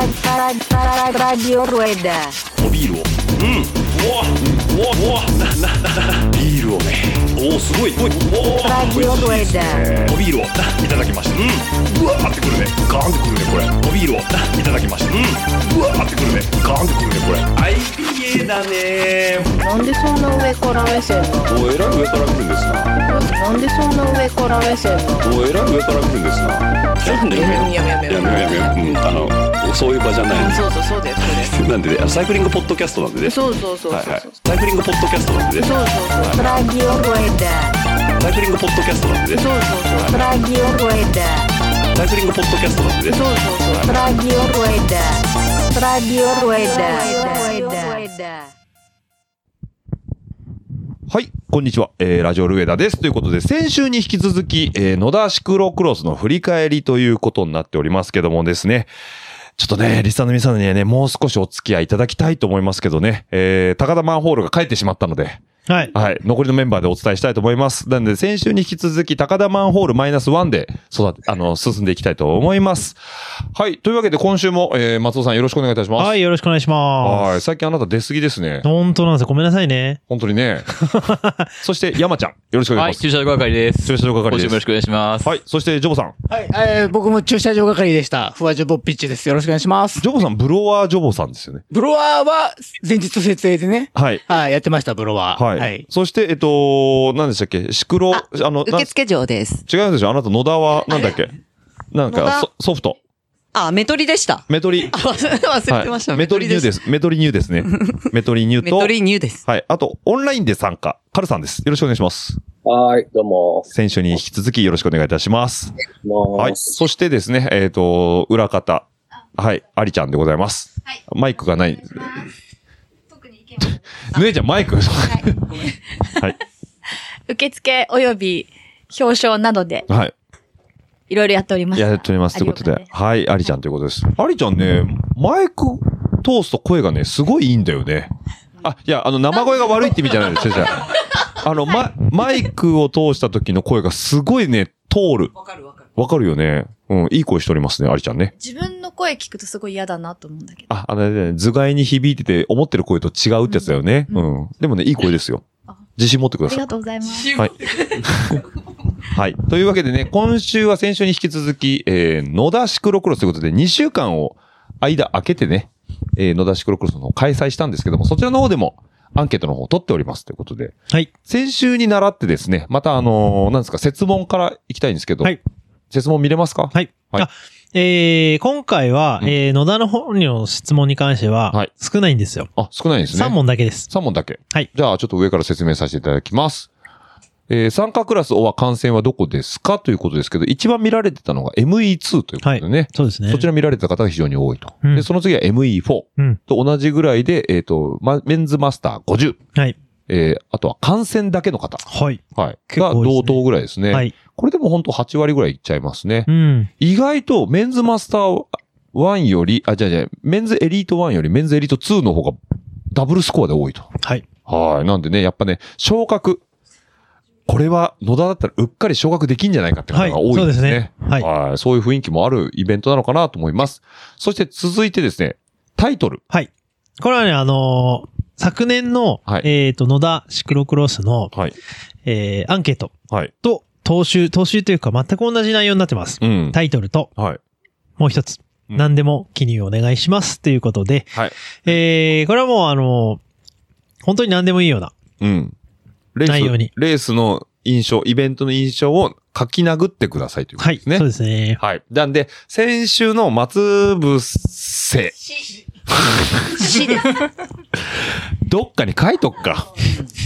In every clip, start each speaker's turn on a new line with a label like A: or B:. A: ラジオルエダ
B: おビールを
C: うんうわうわうわなななな
B: ビールをね
C: おおすごいおお
A: ラジオルエダ
B: おビールをないただきましたうんうわーってくるねガーンってくるねこれおビールをないただきましたうんうわーってくるねガーンってくるねこれ
C: IPA だね
D: なんでそんな上から目線なの
C: おえらい上から来るんですな
D: なんでそんな上から目線なの
C: おえらい上から来るんですなちょっとねやめよう
D: やめようやめ
C: やめ
D: よう
C: ようやめよううんあのそういう場じゃないで
D: そうそうそうだよ
C: すなんでねあのサイクリングポッドキャストなんでね
D: それそうそうそうそう
C: はい
D: そう
C: はいサイクリングポッドキャストなんでね
D: そうそうそう
A: ラジオルエダ
C: サイクリングポッドキャストなんでね
D: そうそうそう
A: ラジオルエダ
C: サイクリングポッドキャストなんでね
D: そうそうそう
A: ラジオルエダラジオルエダ
E: はい、こんにちは。えー、ラジオルエダです。ということで、先週に引き続き、えー、野田シクロクロスの振り返りということになっておりますけどもですね。ちょっとね、リスナーの皆さんにはね、もう少しお付き合いいただきたいと思いますけどね。えー、高田マンホールが帰ってしまったので、
F: はい。
E: はい、残りのメンバーでお伝えしたいと思います。なので、先週に引き続き、高田マンホールマイナス1で育て、あの、進んでいきたいと思います。はい、というわけで今週も、えー、松尾さんよろしくお願いいたします。
F: はい、よろしくお願いし
E: は
F: ま
E: い、
F: す。
E: 最近あなた出過ぎですね。
F: 本当なんですよ。ごめんなさいね。
E: 本当 にね。そして、山ちゃん、よろしくお
G: は
E: 願
G: い、
E: いします。
G: 駐車場係です。
E: 駐車場
G: 今
E: 係
G: 週
E: で
G: もよろ
E: す
G: し。くお願いします。
E: はい。そして、ジョボさん。
H: はい、えー僕も駐車場係でした。フワジョボッピッチです。よろしくお願いします。
E: ジョボさん、ブロワージョボさんですよね。
H: ブロワーは前日設営でね。
E: はい。
H: はい、やってました、ブロワー。
E: はい。そして、えっと、何でしたっけシクロ、あの、な
I: 受付嬢です。
E: 違うんですよ。あなた、野田は、なんだっけなん
I: 野田
E: かソ、ソフト。
I: あ、メトリでした。
E: メトリ。
I: 忘れ忘れてました。
E: はいメトリニュー
I: す。
E: です。メトリニューですね。 メトリニュー
I: メ
E: と
I: ト、リニューです。
E: はい。あと、オンラインで参加。カルさんです。よろしくお願いします。
J: はい、どうも。
E: 先週に引き続きよろしくお願いいたします。
J: は
E: はい。そしてですね、えっ、と、裏方。はい。ありちゃんでございます。マイクがない。 姉ちゃん、マイク。
K: 受付及び表彰などで
E: はい。
K: いろいろやっております。
E: やっておりますということ
K: あり
E: で
K: が。た
E: はい。ありちゃんということです。ありちゃんね、マイク通すと声がね、すごいいいんだよね。あ、いや、あの、生声が悪いって意味じゃないです。違う違うあの、ま、マイクを通した時の声がすごいね、通る。
I: わかるわかる。
E: わかるよね。うん、いい声しておりますね、ありちゃんね。
K: 自分の声聞くとすごい嫌だなと思うんだけど。
E: あ、あのね、頭蓋に響いてて、思ってる声と違うってやつだよね。
K: う
E: うんん。でもね、いい声ですよ
K: あ。
E: 自信持ってく
K: あ
E: だ
K: り
E: さい
K: が。とうございます。
E: はい。はい。というわけでね、今週は先週に引き続き、えー、野田シクロクロスということで、2週間を間空けてね、えー、野田シクロクロスの方を開催したんですけども、そちらの方でもアンケートの方を取っておりますということで、
F: はい。
E: 先週に習ってですね、またあのーなんですか、説問から行きたいんですけど、
F: はい。
E: 説問見れますか
F: はい。
E: はい
F: あ、えー、今回は、
E: うん
F: えー、野田の方の質問に関しては、
E: はい
F: 少ないんですよ。
E: あ、少ないですね。
F: 3問だけです。
E: 3問だけ。
F: はい
E: じゃあ、ちょっと上から説明させていただきます。えー、参加クラスおは感染はどこですかということですけど、一番見られてたのが ME2 ということ
F: はい
E: でね。。
F: そうですね。
E: そちら見られてた方が非常に多いと。
F: うん
E: で、その次は ME4 と
F: うん
E: 同じぐらいで、えっ、と、まメンズマスター50。
F: はい。
E: えー、あとは感染だけの方。
F: はい。
E: はい。
F: 結
E: が
F: 構多いです
E: 同
F: ね
E: 等ぐらいですね。
F: はい。
E: これでも本当8割ぐらいいっちゃいますね。
F: うん。
E: 意外とメンズマスター1より、あ、じゃじゃメンズエリート1よりメンズエリート2の方がダブルスコアで多いと。
F: はい。
E: はい。なんでね、やっぱね、昇格。これは野田だったらうっかり昇格できんじゃないかって方
F: はい。
E: が多
F: そ
E: いうで
F: ですす
E: ね。
F: ね。はい。
E: はい。そういう雰囲気もあるイベントなのかなと思います。そして続いてですね、タイトル。
F: はい。これはね、あのー昨年の、
E: はい
F: えっ、と、野田シクロクロスの、
E: はい。
F: えー、アンケート
E: はい。
F: と、踏襲、踏襲というか全く同じ内容になってます。
E: うん。
F: タイトルと、
E: はい。
F: もう一つ、
E: うん
F: 何でも記入お願いしますということで、
E: はい
F: えー、これはもうあの、本当に何でもいいような。
E: うん。レ
F: 内容
E: ー
F: に
E: ス、レースの印象、イベントの印象を書き殴ってくださいということ
F: は
E: で
F: い、
E: すね。
F: そうですね。
E: はい。なんで、先週の松伏せ。 どっかに書いとくか。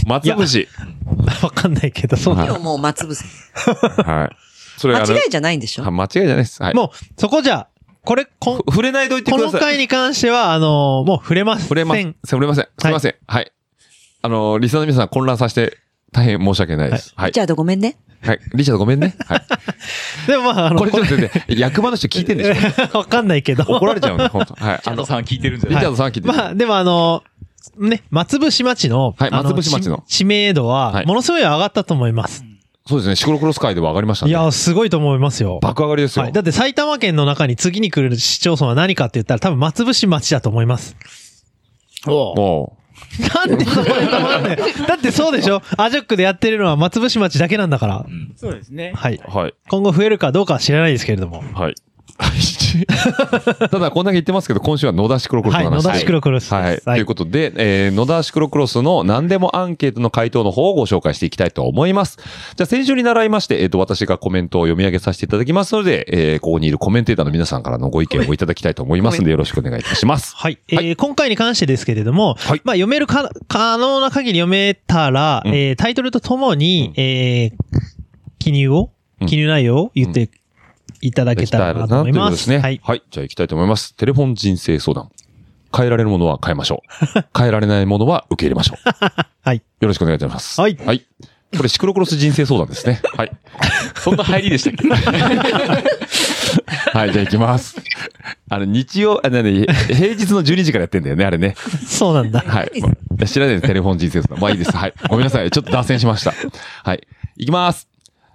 E: 松伏。
F: わかんないけど、そう
E: は
F: だ
E: い
F: よ。
I: 今日もう松伏さん。
E: はい。それ
I: 間
E: あの
I: 違いじゃないんでしょ
E: は間違いじゃないです。はい。
F: もう、そこじゃ、これ、こん
E: ふ触れないといて
F: こ
E: くだ
F: の
E: さい。
F: 回に関しては、あのもう触れません。
E: 触れません。触れません。すいません。はい。あの、リスナーの皆さん混乱させて大変申し訳ないです。はい
I: リチ。ャードごめんね。
E: はい。リチャードごめんね。はい。
F: でもま あ、あの、
E: これちょっとね、役場の人聞いてん でし
F: わかんないけど。
E: ょ怒られちゃうね、本当はい。
G: あ
E: あ
G: の
E: の、
G: さん聞いてるんじゃ
E: リ
G: な
E: チ
G: い
E: ャードさん聞いてる。
F: まあ、でもあのね、松伏町の、
E: はい
F: あ
E: 松伏町の
F: 知知名度
E: は
F: は、
E: い
F: ものすごい上がったと思います。
E: そうですね、シクロクロス界では上がりました
F: い
E: ね。
F: や、すごいと思いますよ。
E: 爆上がりですよ。
F: はい。だって埼玉県の中に次に来る市町村は何かって言ったら多分松伏町だと思います。
H: おう
E: も
F: なんでそこで止まんねんだってそうでしょアジョックでやってるのは松伏町だけなんだから。
H: そうですね。
F: はい。
E: う、はい、
F: 今後増えるかどうかは知らないですけれども。
E: はい。 ただ、こんだけ言ってますけど、今週は野田シクロクロス
F: はい。
E: の話
F: 野
E: で。
F: 田シクロクロスです。
E: はい。ということで、えー、野田シクロクロスの何でもアンケートの回答の方をご紹介していきたいと思います。じゃあ、先週に習いまして、えっ、と、私がコメントを読み上げさせていただきますので、えー、ここにいるコメンテーターの皆さんからのご意見をいただきたいと思いますので、よろしくお願いいたします。
F: はい。えー今回に関してですけれども、
E: はい
F: まあ読めるか、可能な限り読めたら、
E: うん
F: えータイトルとともに、
E: う
F: えー記入を、
E: うん
F: 記入内容を言っていただけたら
E: で
F: なと思い
E: きたらなということ
F: ま
E: です
F: す。
E: ね。は
F: はいい。。
E: じゃあ行きたいと思います。テレフォン人生相談。変えられるものは変えましょう。変えられないものは受け入れましょう。
F: はい。
E: よろしくお願いいたします。
F: はい
E: はい。これシクロクロス人生相談 ですね。はい。
C: そんな入りでしたっけ
E: はい、じゃあ行きます。あの、日曜、あ、なに、平日の12時からやってんだよね、あれね。
F: そうなんだ。
E: はい。まあ知らないです、テレフォン人生相談。まあいいです。はい。ごめんなさい。ちょっと脱線しました。はい。行きます。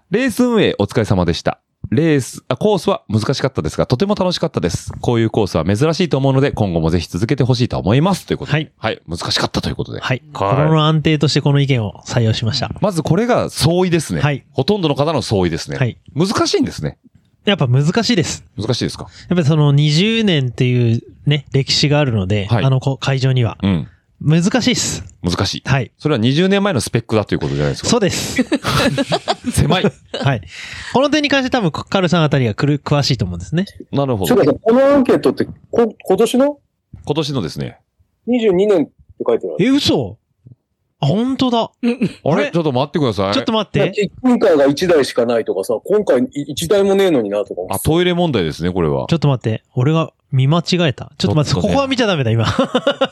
E: レース運営お疲れ様でした。レース、あ、コースは難しかったですが、とても楽しかったです。こういうコースは珍しいと思うので、今後もぜひ続けてほしいと思います。ということで。
F: はい。
E: はい。難しかったということで。
F: はい。心の安定としてこの意見を採用しました。
E: まずこれが相違ですね。
F: はい
E: ほとんどの方の相違ですね。
F: はい
E: 難しいんですね。
F: やっぱ難しいです。
E: 難しいですか
F: やっぱりその20年っていうね、歴史があるので、
E: はい
F: あのこ会場には。
E: うん。
F: 難しいっす。
E: 難しい。
F: はい。
E: それは20年前のスペックだということじゃないですか。
F: そ うです。
E: 狭い。
F: はい。この点に関して多分、カルさんあたりがくる詳しいと思うんですね。
E: なるほ
G: ちょ
E: ど
G: っ。とこのアンケートって、こ、今年の
E: 今年のですね。
G: ?22 年って書いてある。
F: え、嘘あ、本当だ。
E: あ
F: あ
E: れ
F: れ
E: ちょっと待ってください。
F: ちょっと待っ
G: なんか
F: て。
G: キックンカーが1台しかないとかさ、今回1台もねえのになとか思って
E: あ、トイレ問題ですね、これは。
F: ちょっと待って。俺が見間違えた。ちょっと待っ
E: ちょ
F: て。
E: っと
F: こ
E: ね
F: こは見ちゃダメ だ、今。
E: ち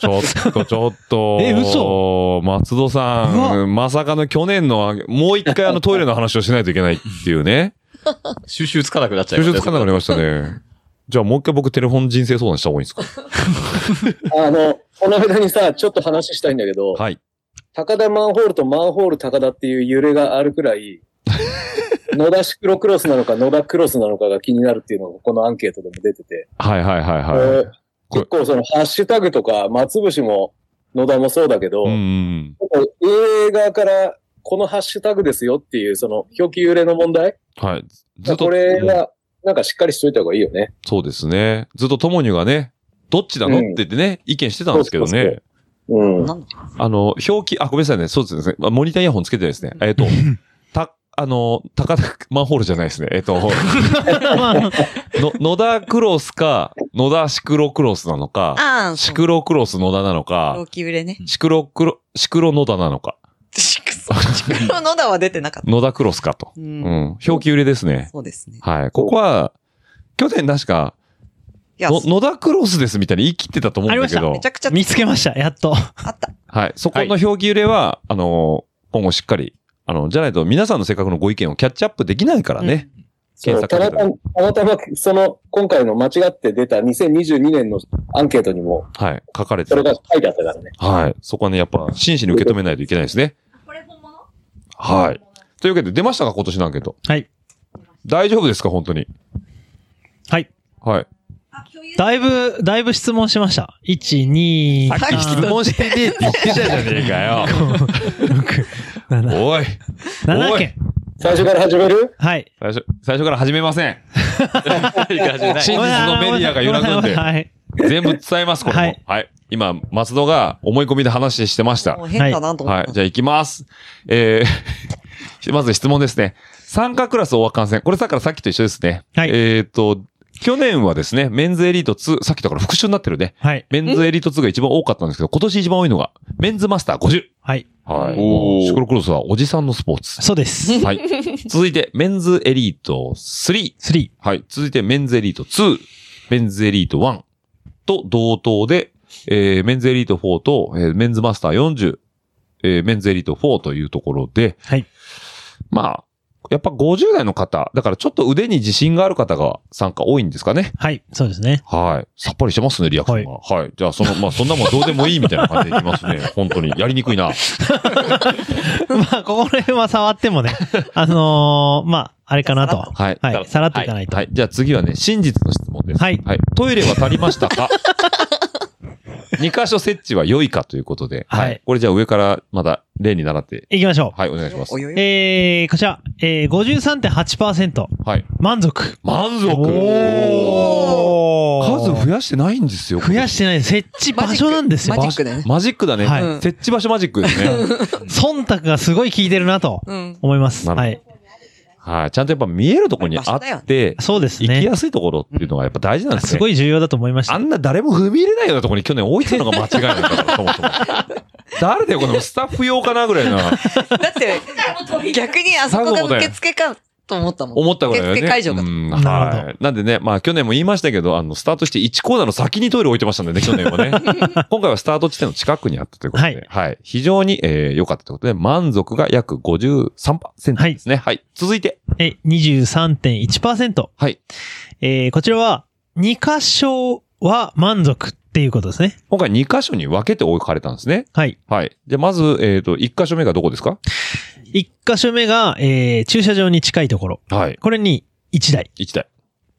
E: ょっと、ちょっと。
F: え嘘
E: 松戸さん、まさかの去年の、もう一回あのトイレの話をしないといけないっていうね。
C: 収集つかなくなっちゃい
E: 収
C: まし
E: 集
C: た。
E: つかなくなりまし たね。じゃあもう一回僕テレフォン人生相談した方がいいんですか
G: あの、この間にさ、ちょっと話したいんだけど、
E: はい。
G: 高田マンホールとマンホール高田っていう揺れがあるくら い、野田シクロクロスなのか野田クロスなのかが気になるっていうのがこのアンケートでも出てて、
E: はいはいはい
G: こ
E: は
G: れ
E: い。
G: 結構そのハッシュタグとか松節も野田もそうだけど、
E: うんうん。
G: 映画からこのハッシュタグですよっていうその表記揺れの問題
E: はい。ずっと、
G: これ
E: うん
G: は、なんかしっかりしといた方がいいよね。
E: そうですね。ずっとともにがね、どっちなのっ
G: うん
E: て言ってね、意見してたんですけど
G: そうそう
E: ね。
G: うん。
I: なんだ
E: あの、表記、あ、ごめんなさいね。そうですね。まあモニターイヤホンつけてですね。えっと、た、あの、高田マンホールじゃないですね。えっと、
F: まあ
E: の、野田クロスか、野田シクロクロスなのか、
I: ああ、
E: シクロクロス野田なの
I: ロ
E: か、
I: キ売れね。
E: シクロクロ、シクロ野田なのか、
I: シクソ。シクロのだは出てなかった。
E: 野田クロスかと。
I: う
E: うんん。表記売れですね。
I: そうですね。
E: はい。ここは、去年確か、
I: いや、
E: の野田クロスですみたいに言い切ってたと思うんだけ
F: あり
E: ど
I: めち、ゃくちゃ
F: 見つけました。やっと。
I: あった。
E: はい。そこの表記揺れは、あの、今後しっかり、あの、じゃないと皆さんのせっかくのご意見をキャッチアップできないからね。
G: そ
E: 検
G: う
E: 索
G: たま
E: かけた
G: た
E: ら
G: ま、たまたま、その、今回の間違って出た2022年のアンケートにも、
E: はい。書かれて
G: それが
E: る。
G: 書いてあったからね。
E: はい。そこはね、やっぱ、真摯に受け止めないといけないですね。
K: これ本物
E: はい。というわけで、出ましたか今年のアンケート。
F: はい。
E: 大丈夫ですか本当に。
F: はい。
E: はい。
K: あ、共有
F: だいぶ、だいぶ質問しました。1、2、
E: さっき質問してねえって言ってたじゃねえかよ。
F: 7、
E: おい。
F: 7件。
G: 最初から始める
F: はい。
E: 最初、最初から始めません。真実のメディアが揺らぐんで、
F: はい。
E: 全部伝えます、これも。は
F: はいい、
E: 今、松戸が思い込みで話してました
I: も。う変だなと思
E: は
I: っ
E: い。
I: た。
E: じゃあ行きます。えー、 まず質問ですね。参加クラス大感染。これさっきからさっきと一緒ですね。
F: はい
E: えっ、と、去年はですね、メンズエリート2、さっきだから復習になってるね。
F: はい。
E: メンズエリート2が一番多かったんですけど、今年一番多いのが、メンズマスター50。
F: はい。
E: はい。
C: おー
E: シクロクロスはおじさんのスポーツ。
F: そうです。
E: はい。続いて、メンズエリート3。
F: 3。
E: はい。続いて、メンズエリート2。メンズエリート1。と同等で、えー、メンズエリート4と、えー、メンズマスター40。えー、メンズエリート4というところで、
F: はい。
E: まあ、やっぱ50代の方、だからちょっと腕に自信がある方が参加多いんですかね。
F: はい、そうですね。
E: はい。さっぱりしてますね、リアクションが。はい。じゃあ、その、まあ、そんなもんどうでもいいみたいな感じでいきますね。本当に。やりにくいな。
F: まあ、ここら辺は触って もね、あのー、まあ、あれかなとは。
E: はい。
F: はい、さらっといかないと。
E: はい。じゃあ次はね、真実の質問です。
F: はい
E: はい。トイレは足りましたか 二箇所設置は良いかということで。
F: はい
E: これじゃあ上からまだ例に習って。
F: 行きましょ
E: はい、お願いします
I: お。よ
F: う。
I: よ。
F: えー、こちら、えー、53.8%、
E: はい。
F: 満足。
E: 満足
F: お
E: 数増やしてないんですよ。
F: 増やしてないです。設置場所なんですよ。
I: マジックだね。
E: マジックだね。
F: はい
E: うん設置場所マジックですね。
F: 忖度がすごい効いてるなと
I: うん。
F: 思います。
E: なるほ
F: は
E: ど
F: い。
E: はい。ちゃんとやっぱ見えるところにあ
I: 場所だよ
E: って、
F: そうです
E: 行き
F: ね。
E: やすいところっていうのがやっぱ大事なんですね。
F: すごい重要だと思いました
E: あ。んな誰も踏み入れないようなところに去年置いてるのが間違いなんだから、そもそも。誰だよ、このスタッフ用かなぐらいな、
I: だ って、逆にあそこが受付かと思ったもん。
E: 思ったぐらいだよね。
I: 受付会場
E: う
I: かと。
E: ん、
F: なるほ
E: はい。なんでね、まあ去年も言いましたけど、あの、スタートして1コーナーの先にトイレ置いてましたんでね、去年は ね。今回はスタート地点の近くにあったということで、
F: は
E: はいい。非常に、えー、良かったということで、満足が約53%ですね。はい。続いて。
F: え、23.1%。
E: はい。
F: えー、こちらは、2箇所は満足っていうことですね。
E: 今回2箇所に分けて置かれたんですね。
F: はい。
E: はい。じゃあまず、えっ、と、1箇所目がどこですか
F: 1箇所目が、えー、駐車場に近いところ。
E: はい。
F: これに1台。
E: 1台。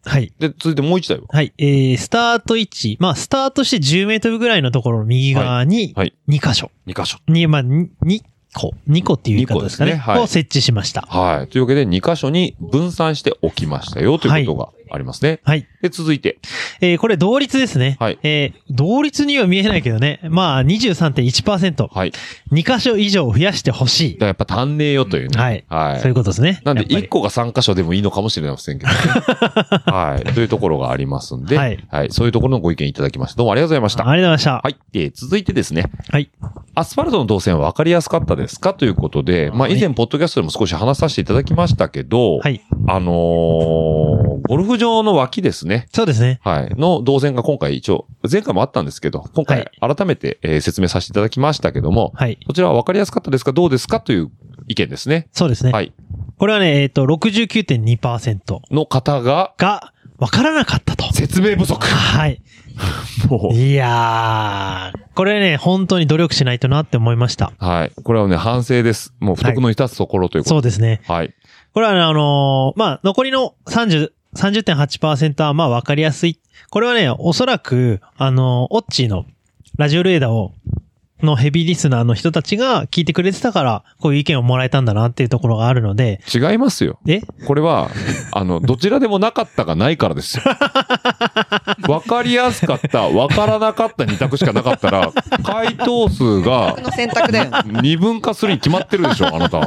F: はい。
E: で、続いてもう1台は
F: はい。えー、スタート位置。まあ、スタートして10メートルぐらいのところの右側に、
E: はい
F: 2箇所。
E: 2箇所。
F: に、まあ、に2個。2個っていう言い方ですかね。
E: 二個ですねはい
F: を設置しました。
E: はい。というわけで、2箇所に分散しておきましたよ、ということがありますね。
F: はい。
E: で、続いて。
F: えー、これ同率ですね。
E: はい
F: えー、同率には見えないけどね。まあ、23.1%。
E: はい。だか
F: 2箇所以上増やしてほしい。
E: らやっぱ足んねえよというね。
F: はい
E: は
F: そういうことですね。
E: なんで、
F: やっぱり
E: 1個が3箇所でもいいのかもしれません けどね。はい。というところがありますんで、
F: は
E: はいい。そういうところのご意見いただきました。どうもありがとうございました。
F: ありがとうございました。
E: はい。えー続いてですね。
F: はい。
E: アスファルトの動線は分かりやすかったですかということで、まあ
F: はい
E: 以前、ポッドキャストでも少し話させていただきましたけど、
F: はい。
E: あのーゴルフ場の脇ですね。
F: そうですね。
E: はい。の動線が今回一応、前回もあったんですけど、今回改めて、えー説明させていただきましたけども、
F: はい。
E: こちらは分かりやすかったですかどうですかという意見ですね。
F: そうですね。
E: はい。
F: これはね、えっ、と、69.2%
E: の方が、
F: が分からなかったと。
E: 説明不足。
F: はい。
E: もう
F: いやー、これね、本当に努力しないとなって思いました。
E: はい。これはね、反省です。もう不徳の致すところというこ
F: そうですね。
E: と。はい。
F: これはね、あのーまあ、残りの30、30.8%はまあ分かりやすい。これはね、おそらく、あのーオッチーのラジオレーダーを、のヘビーリスナーの人たちが聞いてくれてたから、こういう意見をもらえたんだなっていうところがあるので、
E: 違いますよ。
F: え
E: これは、 あの、どちらでもなかったがないから ですよ。わかりやすかった、わからなかった二択しかなかったら、回答数が
I: 僕の選択だよ。
E: 二分化するに決まってるでしょ、あなた。い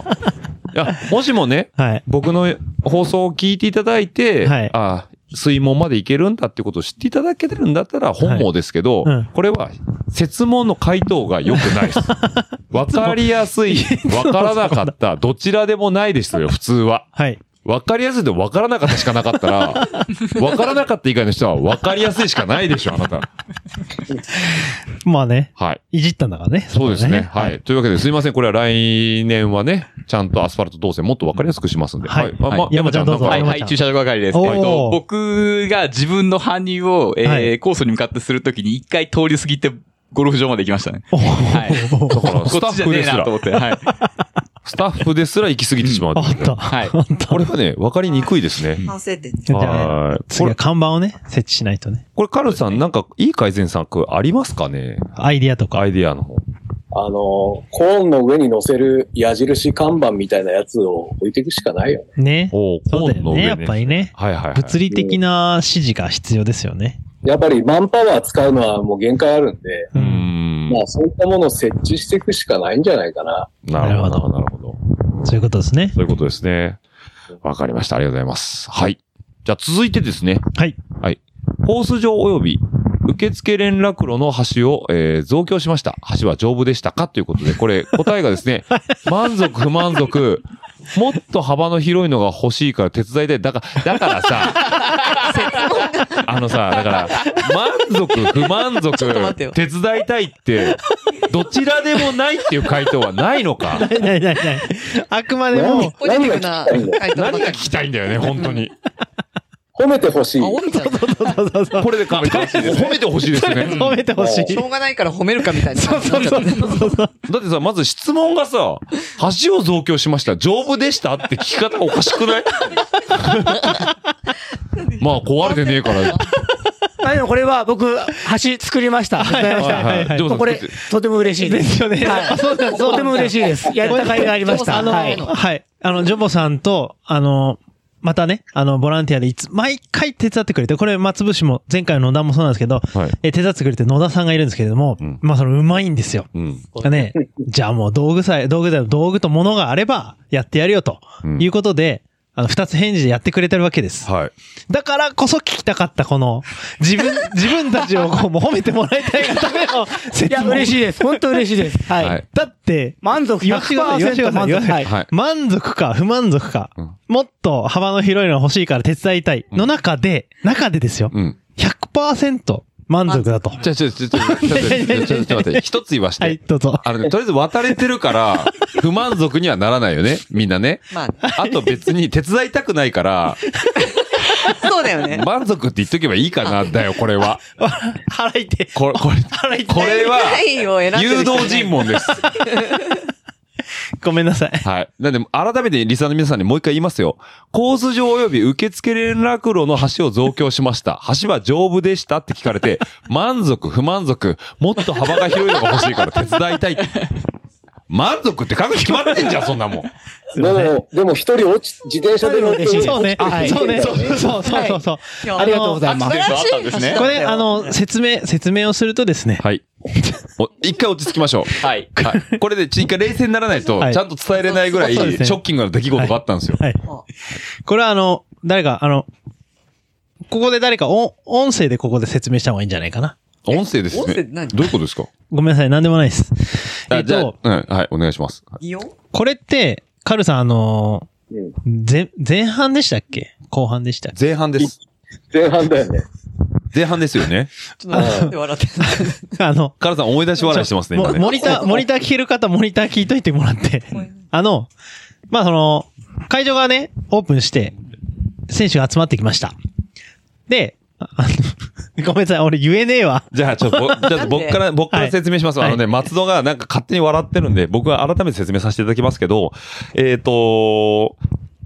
E: や、もしもね、
F: はい。
E: 僕の放送を聞いていただいて、
F: はい
E: あ水門まで行けるんだってことを知っていただけてるんだったら本望ですけど、
F: はいうん
E: これは、説問の回答が良くない です。わかりやすい、わからなかった、どちらでもないですよ、普通は。
F: はい。
E: わかりやすいでわからなかったしかなかったら、 わからなかった以外の人はわかりやすいしかないでしょ、あなた。
F: まあね、
E: はい。
F: いじったんだからね。
E: そうですね。
F: こは。
E: はいい。というわけですいません。これは来年はね、ちゃんとアスファルト動線もっとわかりやすくしますんで。
F: はい
E: まあまあ
F: はい山ちゃんどうぞ
E: な
F: は
E: か
C: はい、はい、駐車場係です。
F: おー
C: えっと、僕が自分の搬入を、えー
F: はい
C: コースに向かってするときに一回通り過ぎて、ゴルフ場まで行きましたね。
F: おー
E: だ からス
C: こ
E: タ
C: っちじゃ
E: ッフ
C: ね
E: で
C: え
E: す
C: なと
E: ら、
C: 思って。はい。
E: スタッフですら行き過ぎてしまう。
F: あった。
C: はい
F: あった。
E: これはね、わかりにくいですね。
I: 反省点。
F: じゃあね、
E: はい。こ
F: 次は
E: れ、
F: 看板をね、設置しないとね。
E: これカルさん、なんかいい改善策ありますかね
F: アイディアとか。
E: アイディアの方。
G: あの、コーンの上に乗せる矢印看板みたいなやつを置いていくしかないよね。
F: ね。
E: おー
F: そうだよ
E: コーンの
F: ね、や
E: 上
F: っぱりね。
E: はいはいはい。
F: 物理的な指示が必要ですよね。
G: やっぱりマンパワー使うのはもう限界あるんで、
E: うー
F: うん
E: ん。
G: まあそういったものを設置していくしかないんじゃないかな。
E: なるほど、なるほど。
F: そういうことですね。
E: そういうことですね。わかりました。ありがとうございます。はい。じゃあ続いてですね。
F: はい。
E: はい。コース上及び受付連絡路の橋を、えー増強しました。橋は丈夫でしたかということで、これ答えがです ね、満足不満足、も っと幅の広いのが欲しいから手伝いたい。だから、だからさ、あのさ、だから、満足、不満足、
J: ちょっと待ってよ
E: 手伝いたいって、どちらでもないっていう回答はないのか。
F: ないないないない。あく まで
G: 何
F: も
G: が、
J: ポジティブな回答ば
E: 何
J: か
E: が聞
J: り
E: きたいんだよね、本当に。
G: 褒めてほしい。
J: あ、おみちゃんだ。
F: そうそ うそう
E: これでか、褒めてほしいですね。 うん
F: 褒めてほしい。
J: しょうがないから褒めるかみたいな。そうそう そう。
E: だってさ、まず質問がさ、橋を増強しました。丈夫でしたって聞き方がおかしくないまあ、壊れてねえから。
H: あでもこれは僕、橋作りました。手伝いまし
E: はいはい
H: た。
E: どうぞ
H: これ、とても嬉しいで。
F: ですすよね。
H: はいとても嬉しいです。やった甲斐がありました。
J: どうぞ
H: はい。
F: はい。あの、ジョボさんと、あの、またね、あの、ボランティアでいつ、毎回手伝ってくれて、これ、松節も、前回の野田もそうなんですけど、
E: はい
F: え手伝ってくれて野田さんがいるんですけれども、
E: うん
F: まあ、その、うまいんですよ。
E: うん。
F: ね、じゃあもう道具さえ、道具だよ、道具と物があれば、やってやるよ、と
E: うん
F: いうことで、あの、二つ返事でやってくれてるわけです。
E: はい。
F: だからこそ聞きたかった、この、自分、自分たちをこう、もう褒めてもらいたいがための説
H: いや、
F: 問
H: 嬉しいです。本当嬉しいです。は
E: はいい。
F: だって、
H: 満足
F: 言わせてください言わせて
H: 100%
F: ください
H: 満
F: 言わせて
H: 足。
F: くださ
H: はいい。
E: はい。
F: 満足か不満足か、
E: うん
F: もっと幅の広いのが欲しいから手伝いたいの中で、中でですよ、
E: うん。
F: 100%満足だと。は
E: じゃあ、ちょ、ちょ、ちょ、ちょ、ちょ、ちょ、ちょ、待って、一つ言わして。
F: い、どうぞ。
E: あのね、とりあえず渡れてるから、不満足にはならないよね、みんなね。
J: まあ、
E: あと別に手伝いたくないから、
J: そうだよね。
E: 満足って言っとけばいいかな、だよ、これは。
F: 腹いて。
E: これ、これ、
F: 腹いて。
E: これは、
J: 愛を選んで
E: 誘
J: る人ね
E: 導尋問です。
F: ごめんなさい。
E: はい。なんで、改めてリサの皆さんにもう一回言いますよ。コース上及び受付連絡路の橋を増強しました。橋は丈夫でしたって聞かれ て、満足、不満足、もっと幅が広いのが欲しいから手伝いたいって。満足って書くに決まってんじゃん、そんなもん。
G: で
F: すいません。
G: も、でも一人落ち、自転車で乗って
H: 一人落ちて
F: そうね。
H: はい
F: そうね。そうそうそうそうそう。
J: いや
H: ありがとうござ
J: 素
H: います
J: 晴。らし
C: あったんですね
J: い。
F: これ、あ、の、説明、説明をするとですね。
E: はい。 お一回落ち着きましょう。
C: はい。
E: はい。これで、一回冷静にならないと、
F: はい
E: ちゃんと伝えれないぐらい、シ
F: そうですね
E: ョッキングな出来事があったんですよ。
F: はい。これはあの、誰か、あの、ここで誰か音、音声でここで説明した方がいいんじゃないかな。
E: 音声です
J: 音声
E: ね
J: って。何
E: どういうことですか
F: ごめんなさい、なんでもないです。え
E: あ
F: っ
E: じゃあ
F: と、
E: うんはい、お願いします。
J: いいよ。
F: これって、カルさん、あの
G: うん
F: ー、前、前半でしたっけ後半でしたっけ
E: 前半です。
G: 前半だよね。
E: 前半ですよね。
J: ちょっとなんで笑ってんの
F: あの、
E: カラさん思い出し笑いしてますね、
F: も
E: 今ね。
F: モニター、モニター聞ける方、モニター聞いといてもらって。 あの、まあ、その、会場がね、オープンして、選手が集まってきました。で、あの、 ごめんなさい、俺言えねえわ。
E: じゃあ、ちょっとぼ、じ ゃあ
J: なんで
E: 僕から、僕から説明します。
F: はい
E: あのね、松戸がなんか勝手に笑ってるんで、僕は改めて説明させていただきますけど、えっ、と、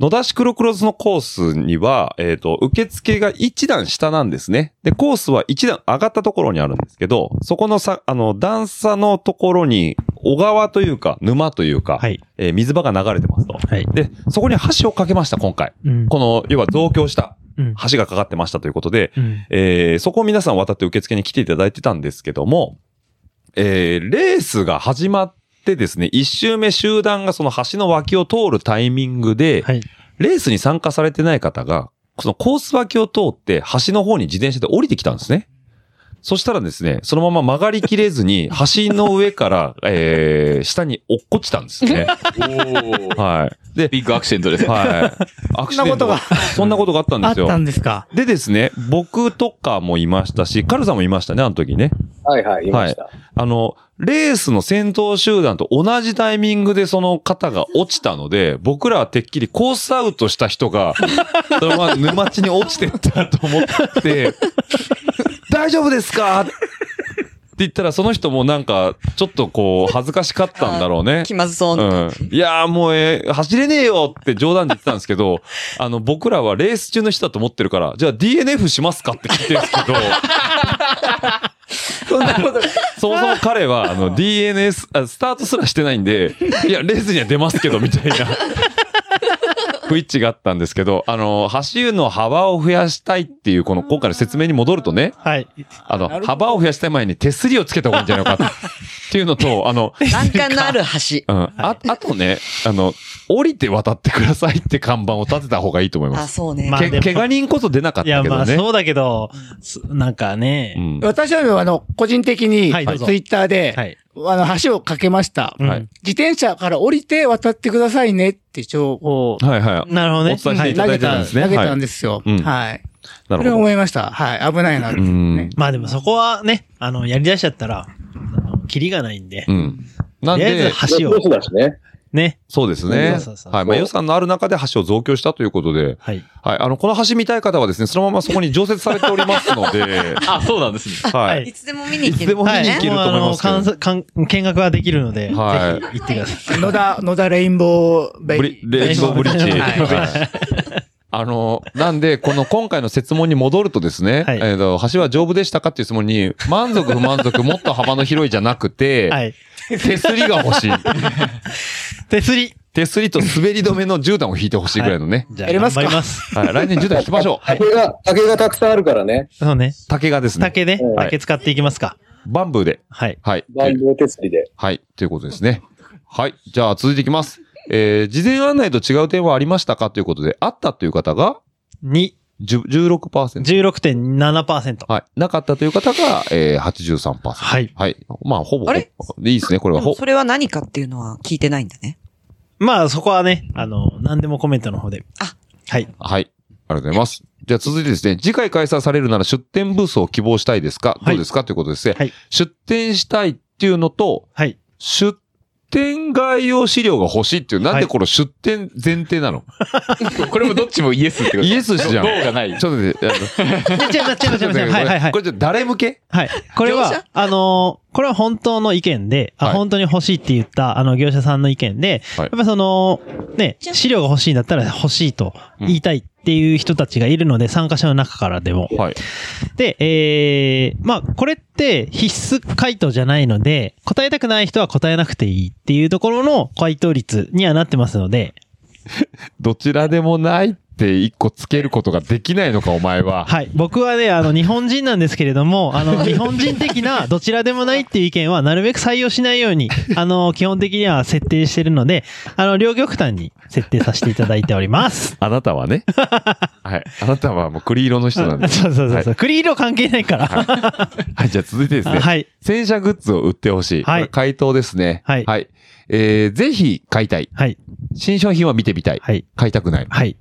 E: 野田シクロクロスのコースには、えっ、と、受付が一段下なんですね。で、コースは一段上がったところにあるんですけど、そこのさ、あの、段差のところに、小川というか、沼というか、
F: はい
E: えー水場が流れてますと。
F: はい
E: で、そこに橋を架けました、今回。
F: うん。
E: この、要は増強した
F: うん。
E: 橋がかかってましたということで、
F: うん。
E: えーそこを皆さん渡って受付に来ていただいてたんですけども、えーレースが始まってですね、一周目集団がその橋の脇を通るタイミングで、
F: はい。
E: レースに参加されてない方が、そのコース脇を通って橋の方に自転車で降りてきたんですね。そしたらですね、そのまま曲がりきれず に、橋の上から、えー下に落っこちたんですね。
C: おー
E: はい。で、
C: ビッグアクセントです。
E: はい。 アクシデントが、そんなことがあったん
H: あ
E: で
H: っ
E: すよ
H: た。んですか。
E: でですね、僕とかもいましたし、カルさんもいましたね、あの時ね。
G: はいはい、言いました。
E: あの、レースの先頭集団と同じタイミングでその方が落ちたので、僕らはてっきりコースアウトした 人が、そのまま沼地に落ちてったと思って、大丈夫ですかって言ったら、その人もなんか、ちょっとこう、恥ずかしかったんだろうね。
J: 気まずそうな。
E: うん。いやーもうえー、走れねえよって冗談で言ってたんですけ ど、あの、僕らはレース中の人だと思ってるから、じゃあ DNF しますかって聞いてるんですけど、
J: そんなこと。
E: そもそも彼は、あの、DNS、あスタートすらしてないんで、いや、レースには出ますけど、みたいな。 不一致があったんですけど、あの、走るの幅を増やしたいっていう、この今回の説明に戻るとね、
F: はい。
E: あの、幅を増やしたい前に手すりをつけた方がいいんじゃないのかっていうのと、あ の、
J: 欄干のある橋。
E: うん。あ、あとね、あの、降りて渡ってくださいって看板を立てた方がいいと思いま
J: あ、
E: す。
J: そうね
F: ま。あ
E: け、
F: でも
E: 怪我人こそ出なかっ
F: いや、
E: たけ
F: ま
E: ど
F: あ、
E: ね。
F: そうだけど、すなんか
E: う
F: ね、
E: ん。
H: 私は、あの、個人的に、ツ
F: は
H: イ
F: いどうぞ
H: ッターで、
F: はい。
H: あの、橋を架けました。
F: うん
E: はい
H: 自転車から降りて渡ってくださいねって一応、こう、
E: はいはい。
F: なるほ
E: お
F: どね。
E: 伝えし
H: は
E: てい
H: い
E: ただ
H: 投げ
E: いてたん
H: た、
E: ですね。
H: 投げたん
E: で
H: ですよ。
E: うん
H: はい。
E: な
H: そ
E: る
H: れは
E: ほ
H: 思
E: ど。
H: いました。はい。危ないなって。
E: うん。
F: まあでもそこはね、あの、やり出しちゃったら、あの、キリがないんで、
E: うん。なん
F: とりあえ
E: で
F: ず、橋
G: ロ
F: を
G: ス、だしね。
F: ね。
E: そうです
F: そ
E: ね
F: うそう。そう
E: はい。まあ予算のある中で橋を増強したということで、
F: はい。
E: はい。あの、この橋見たい方はですね、そのままそこに常設されておりますの で、
C: あ、そうなんですね。
E: はいい。
J: いつでも見に行け
E: いつで
J: る
E: も。見に行けると思いますけど
F: もうあの観察観見学はできるので、
E: はい
F: ぜひ行ってください。
H: 野田、野田レインボーベ
E: ブ
H: イ
E: リ、レインボーブリッジ。
H: はい
E: はいあの、なんで、この今回の説問に戻るとですね、
F: はい
E: えっと、橋は丈夫でしたかっていう質問に、満足不満足もっと幅の広いじゃなくて、
F: はい。
E: 手すりが欲しい。
F: 手すり。
E: 手すりと滑り止めの絨毯を引いてほしいぐらいのね。
F: じゃあ、
H: やり
F: 頑
H: ます
F: 張
H: か
F: ります。
E: はい。来年絨毯引きましょう。
G: 竹が、竹がたくさんあるからね。
F: そうね。
E: 竹がですね。
F: 竹で、
G: はい
F: 竹使っていきますか。
E: バンブーで。
F: はい。
E: はい。
G: バンド手すりで。
E: はい。ということですね。はい。じゃあ続いていきます。えー、事前案内と違う点はありましたかということで、あったという方が
F: 2、
E: 10 16%。
F: 16.7%。
E: はい。なかったという方が、えー、83%。
F: はい。
E: はい。まあ、ほぼほぼ。
J: あ
E: で
J: れ
E: いいですね、これ
J: で
E: は。
J: も
E: ほ
J: それは何かっていうのは聞いてないんだね。
F: まあそこはね、あの、何でもコメントの方で。
J: あ
F: はい。
E: はい。ありがとうございます。じゃあ続いてですね、次回開催されるなら出店ブースを希望したいですか、
F: は
E: ど
F: い
E: うですかということですね。
F: はい
E: 出店したいっていうのと、
F: はい。
E: 出店概要資料が欲しいっていう、なんでこれ出店前提なの、
C: これもどっちもイエスってこと
E: イエスじゃん。
C: どうがない
E: ちょっと待って、あの
F: じゃあ、じゃあ、じゃあ、じゃあ、じゃあ、はい、はい、はい
E: こ。れじゃ誰向け
F: はい。これ
J: 業者
F: は、あのーこれは本当の意見で、あ、
E: はい
F: 本当に欲しいって言った、あの、業者さんの意見で、
E: はい
F: やっぱその、ね、資料が欲しいんだったら欲しいと言いたいっていう人たちがいるので、参加者の中からでも。
E: はい。
F: で、えー、まあ、これって必須回答じゃないので、答えたくない人は答えなくていいっていうところの回答率にはなってますので、
E: どちらでもないって一個つけることができないのか、お前は。
F: はい。僕はね、あの、日本人なんですけれども、あの、日本人的な、どちらでもないっていう意見は、なるべく採用しないように、あの、基本的には設定してるので、あの、両極端に設定させていただいております。
E: あなた はね。はい。あなたはもう栗色の人なんで。
F: そうそうそうそ
E: は
F: う。栗色関係ないから。は
E: はい、じゃあ続いてですね。
F: はい。
E: 戦車グッズを売ってほしい。
F: はい
E: これ回答ですね。
F: はい
E: えー、ぜひ買いたい。
F: はい。
E: 新商品は見てみたい。
F: はい。
E: 買いたくない。
F: はい。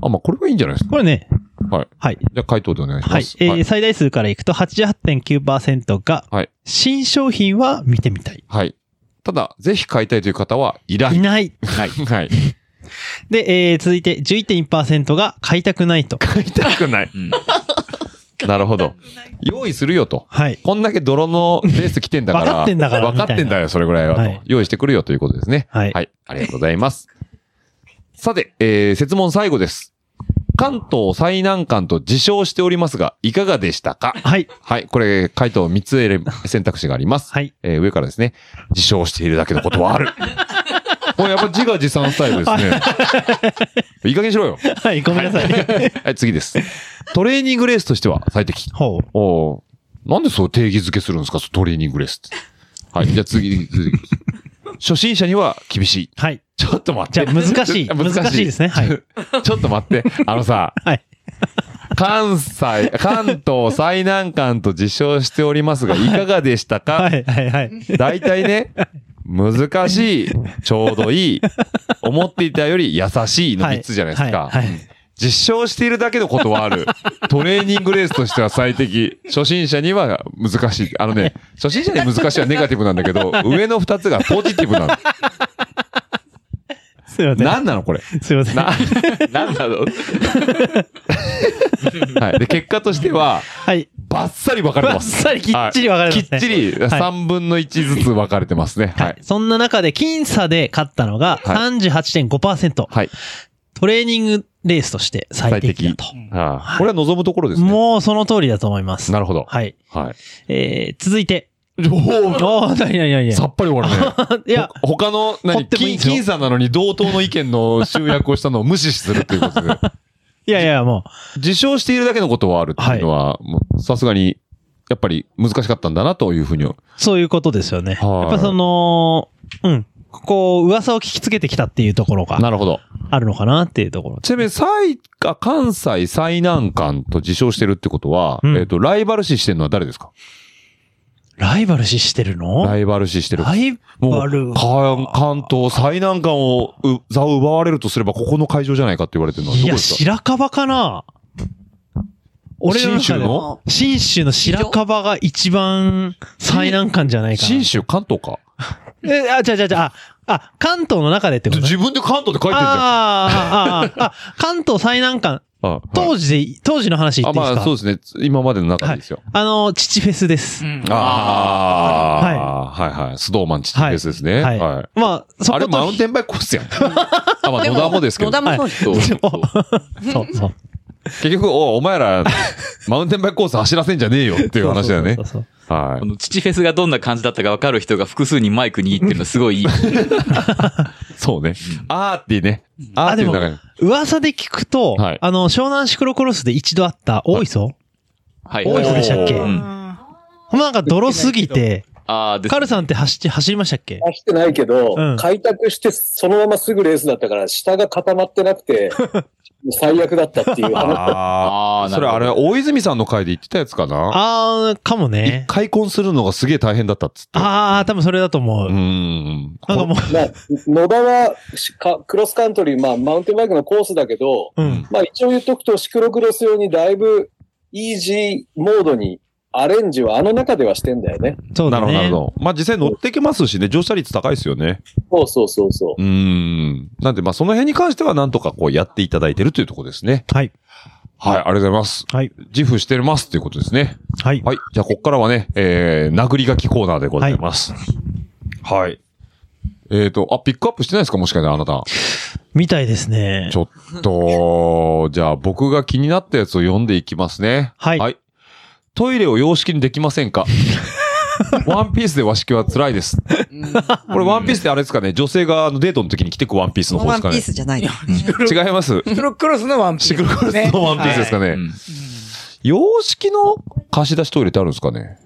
E: あ、まあ、これはいいんじゃないですか。
F: これね、
E: はい。
F: はい。
E: じゃあ回答でお願いし
F: は
E: ま
F: い。
E: す。
F: えー
E: はい。
F: 最大数からいくと88.9%が、
E: はい
F: 新商品は見てみたい。
E: はいただ、ぜひ買いたいという方はいら
F: い
E: ん。
F: ない。
E: はい。 はい。
F: で、えー続いて11.1%が買いたくないと。
E: 買いたくない。 なるほど。用意するよと。
F: はい。
E: こんだけ泥のレース来てんだから。
F: 分かってんだから
E: 分かってんだよ、それぐらいはと。
F: はい
E: 用意してくるよということですね。
F: はい
E: はい。ありがとうございます。さて、えー、説問最後です。関東最南関と自称しておりますが、いかがでしたか
F: はい。
E: はい。これ、回答3つ選べ選択肢があります。
F: はい。
E: えー、上からですね。自称しているだけのことはあ る。これやっぱ自画自賛スタイルですね。いい加減しろよ。
F: はい、ごめんなさい。
E: はい、次です。トレーニングレースとしては最適。
F: ほう。
E: おーなんでそう定義づけするんですかそのトレーニングレースって。はい、じゃあ次、 続きます初心者には厳しい。
F: はい。
E: ちょっと待っ
F: じゃ
E: て。
F: あ 難しい。難しいですね。はい。
E: い。 ちょっと待って。あのさ、
F: はい。
E: 関西、関東最南関と自称しておりますが、いかがでしたか、
F: はいはいはい。
E: 大体ね、難しい、ちょうどいい、思っていたより優しいの3つじゃないですか。
F: はい。はい
E: 実証しているだけのことはあ る。トレーニングレースとしては最適。初心者には難しい。あの ね、初心者に難しいはネガティブなんだけど、上の二つがポジティブなの。
F: すいませ ん。
E: 何なの これ。
F: すいません。
E: な、
C: なんだろう。
E: はい。で、結果としては、
F: はい。
E: バッサリ分かれて
F: ば
E: ま
F: っ
E: す。
F: さりきっちり分かれてます
E: き
F: ね。
E: っちり
F: はい
E: 3分の1ずつ分かれてますね。は
F: はい
E: い。。
F: そんな中で、僅差で勝ったのが
E: は
F: 38.5%。
E: はい。
F: トレーニングレースとして最適だと。
E: ああこれは望むところですね。
F: もうその通りだと思います。
E: なるほど。
F: はい。
E: はい。
F: えー、続いて。
E: おー
F: おー、なになになに
E: さっぱり終わるね。
F: いや、
E: ほ他の、
F: 掘
E: 何、
F: ってもい
E: 金、
F: いんですよ
E: 金さんなのに同等の意見の集約をしたのを無視するということで。
F: いやいや、も
E: 自称しているだけのことはあるっていうのは、もうさすがに、やっぱり難しかったんだなというふうに。
F: う、そういうことですよね。
E: はい
F: やっぱその、うん。ここ、噂を聞きつけてきたっていうところが
E: なるほど。
F: あるのかなっていうところ。
E: ちなみに、最、あ関西最南関と自称してるってことは、
F: うん
E: えっ、と、ライバル視してるのは誰ですか
F: ライバル視してるの
E: ライバル視してる。
F: ライ
E: も
F: バル
E: う、関関東最南関を、う座を奪われるとすれば、ここの会場じゃないかって言われてるのはど
F: い
E: こ
F: や、
E: ですか
F: 白樺かな俺の中
E: 信州
F: で
E: の、
F: 信州の白樺が一番最難関じゃないかな。
E: 信州関東か。
F: え、あ、じゃじゃじゃ、あ、あ、関東の中でってこと
E: 自分で関東って書いてるじゃん。
F: あーあー、あーあー、関東最難関。
E: あ はい
F: 当時でいい、当時の話言
E: あ、
F: っていいです
E: まあ
F: か
E: そうですね。今までの中でですよ。
F: あの、父フェスです。
E: ああ、はいはい。スドーマンチッチですね。
F: はい
E: は
F: まあ、
E: い。
F: そ
E: あ
F: こと
E: れマウンテンバイクコー スやん。あ、まあ野田もですけど。
J: 野田もそうです。
E: そうそうそう
F: そう そう。
E: 結局、おお前ら、マウンテンバイクコース走らせんじゃねえよっていう話だよね
F: そう。そうそうそう
E: は
L: こ
E: い。
L: の父フェスがどんな感じだったか分かる人が複数にマイク握ってるのすごいいい。
E: そうね。アーティーね。アー
F: あ
E: テ
F: で
E: ィー
F: も
E: の中に。
F: 噂で聞くと、
E: はい
F: あの、湘南シクロクロスで一度あった大磯、
L: はい。
F: 大磯でしたっけ
E: おー
L: うん
F: ほんまなんか泥すぎて、
L: ああ、です
F: カルさんって走って、走りましたっけ
B: 走ってないけど、
F: うん
B: 開拓してそのまますぐレースだったから、下が固まってなくて、最悪だったっていう 話。
E: あ
L: あ
E: あ。
L: あ、
E: それあれ、大泉さんの回で言ってたやつかな
F: あー、かも
E: 一
F: ね。
E: 回婚するのがすげえ大変だったっつって。
F: あー、多分それだと思う。
E: うーん。
F: なんかもう、
B: まあ、野田はしかクロスカントリー、まあ、マウンテンバイクのコースだけど、
F: うん。
B: まあ、一応言っとくと、シクロクロス用にだいぶ、イージーモードにアレンジはあの中ではしてんだよね。
F: そう
E: な
F: だ
E: る
F: ね。
E: ほど、なるほど。まあ、実際乗ってきますしね、乗車率高いですよね。
B: そうそうそうそう
E: うーん。なんで、まあ、その辺に関しては、なんとかこう、やっていただいてるというところですね。
F: はい。
E: はい、ありがとうございます。
F: はい。
E: 自負してますということですね。
F: はい。
E: はい。じゃあ、ここからはね、えー、殴り書きコーナーでございます。はい。えーと、あ、ピックアップしてないですかもしかして、あなた。
F: みたいですね
E: ち。ょっと、 じゃあ、僕が気になったやつを読んでいきますね。
F: はい
E: トイレを洋式にできませんかワンピースで和式は辛いです。これワンピースってあれですかね女性があのデートの時に着てくワンピースの方で
J: ワ
E: す
J: ン
E: か
J: ピ
E: ね
J: ースじゃないの。
E: 違います。
M: シクロクロスのワンピース、
E: シクロクロスのワンピースですかね。
L: うん
E: 洋式の貸し出しトイレってあるんですかね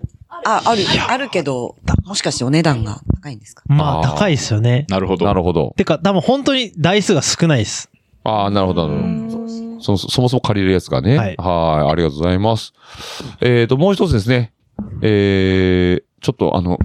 J: あ、ある、あるけど、もしかしてお値段が高いんですか
F: まあ、
E: あー
F: 高いですよね。
L: なるほど。
E: なるほど。
F: てか、多分本当に台数が少ないです。
E: ああ、なるほど、なるほど。そそもそも借りるやつがね。は
F: はいい。
E: い。ありがとうございます。えっ、と、もう一つですね。えー、ちょっとあの、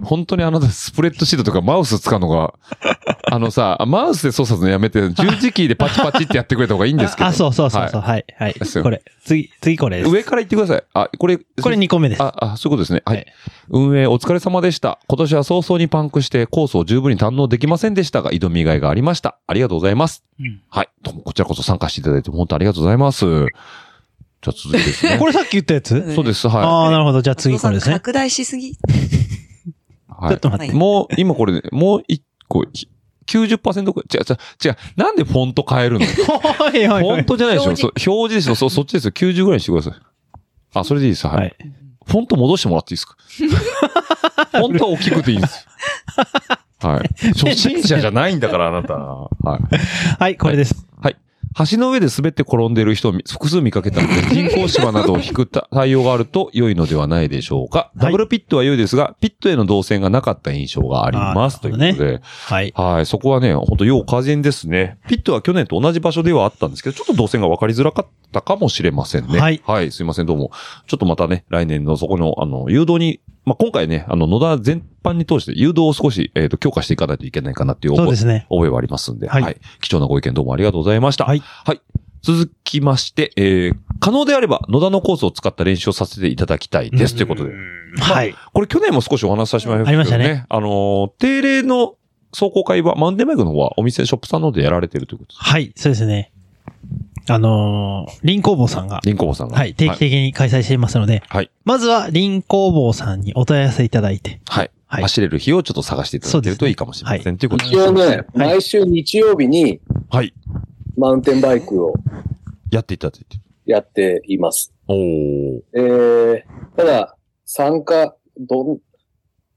E: 本当にあなたスプレッドシートとかマウス使うのが、 あのさ、マウスで操作するのやめて、十字キーでパチパチってやってくれた方がいいんですけど。
F: あ、そうそうそうそう。はい。はい。
E: ですよ
F: これ。次、次これです。
E: 上から言ってください。あ、これ、
F: これ2個目で す。
E: あ、あ、そういうことですね。はい。
F: はい
E: 運営お疲れ様でした。今年は早々にパンクしてコースを十分に堪能できませんでしたが、挑みがいがありました。ありがとうございます。はい。どうもこちらこそ参加していただいて本当ありがとうございます。じゃあ続いてですね。
F: これさっき言ったやつ
E: そうです。は
F: ああ、なるほど。じゃあ次これですね。
J: 拡大しすぎ。
E: い。は
F: ちょっ
E: い。
F: と待って。
E: もう、今これ、もう一個、ひ90%くらい。違う、違う、違う。なんでフォント変えるの
F: おいおい
E: フォ
F: お
E: ン
F: い。
E: トじゃないでしょ。そう表示でしょ。そ、そっちですよ。90ぐらいにしてください。あ、それでいいです。は
F: はいい。
E: フォント戻してもらっていい ですかフォントは大きくていいんですよ。はい。初心者じゃないんだから、あなた。はい。
F: はい、これです。
E: 橋の上で滑って転んでいる人をみ複数見かけたので、人工芝などを引くた対応があると良いのではないでしょうか。
F: はい
E: ダブルピットは良いですが、ピットへの動線がなかった印象があります。
F: あー
E: ということで、
F: はい。
E: はい。そこはね、本当要加減ですね。ピットは去年と同じ場所ではあったんですけど、ちょっと動線が分かりづらかったかもしれませんね。
F: はい
E: すいません、どうも。ちょっとまたね、来年のそこの、あの、誘導に、まあ、今回ね、あの、野田全般に通して誘導を少し、えっ、と、強化していかないといけないかなっていう
F: そう
E: 覚え
F: ですね。
E: 覚えはありますんで、は、
F: はいい
E: 貴重なご意見どうもありがとうございました。
F: はい
E: 続きまして、えー、可能であれば野田のコースを使った練習をさせていただきたいです。ということで。
F: はい。
E: これ去年も少しお話しさせてもらいましたけど、ね。
F: ありましたね。
E: あのー定例の走行会は、マウンテンバイクの方はお店、ショップさんの方でやられてるということです。
F: はい、そうですね。あのー、林工房さんが、
E: リンコボさんが。
F: はい、定期的に開催していますので、
E: はい。
F: まずは林工房さんにお問い合わせいただいて、
E: はい。
F: はい
E: 走れる日をちょっと探していただけるといいかもしれません。ということで
B: 一応ね、毎週日曜日に
E: はい。
B: マウンテンバイクを
E: やっていただいて。
B: やっています。
E: おー。
B: えー、ただ、参加、どん、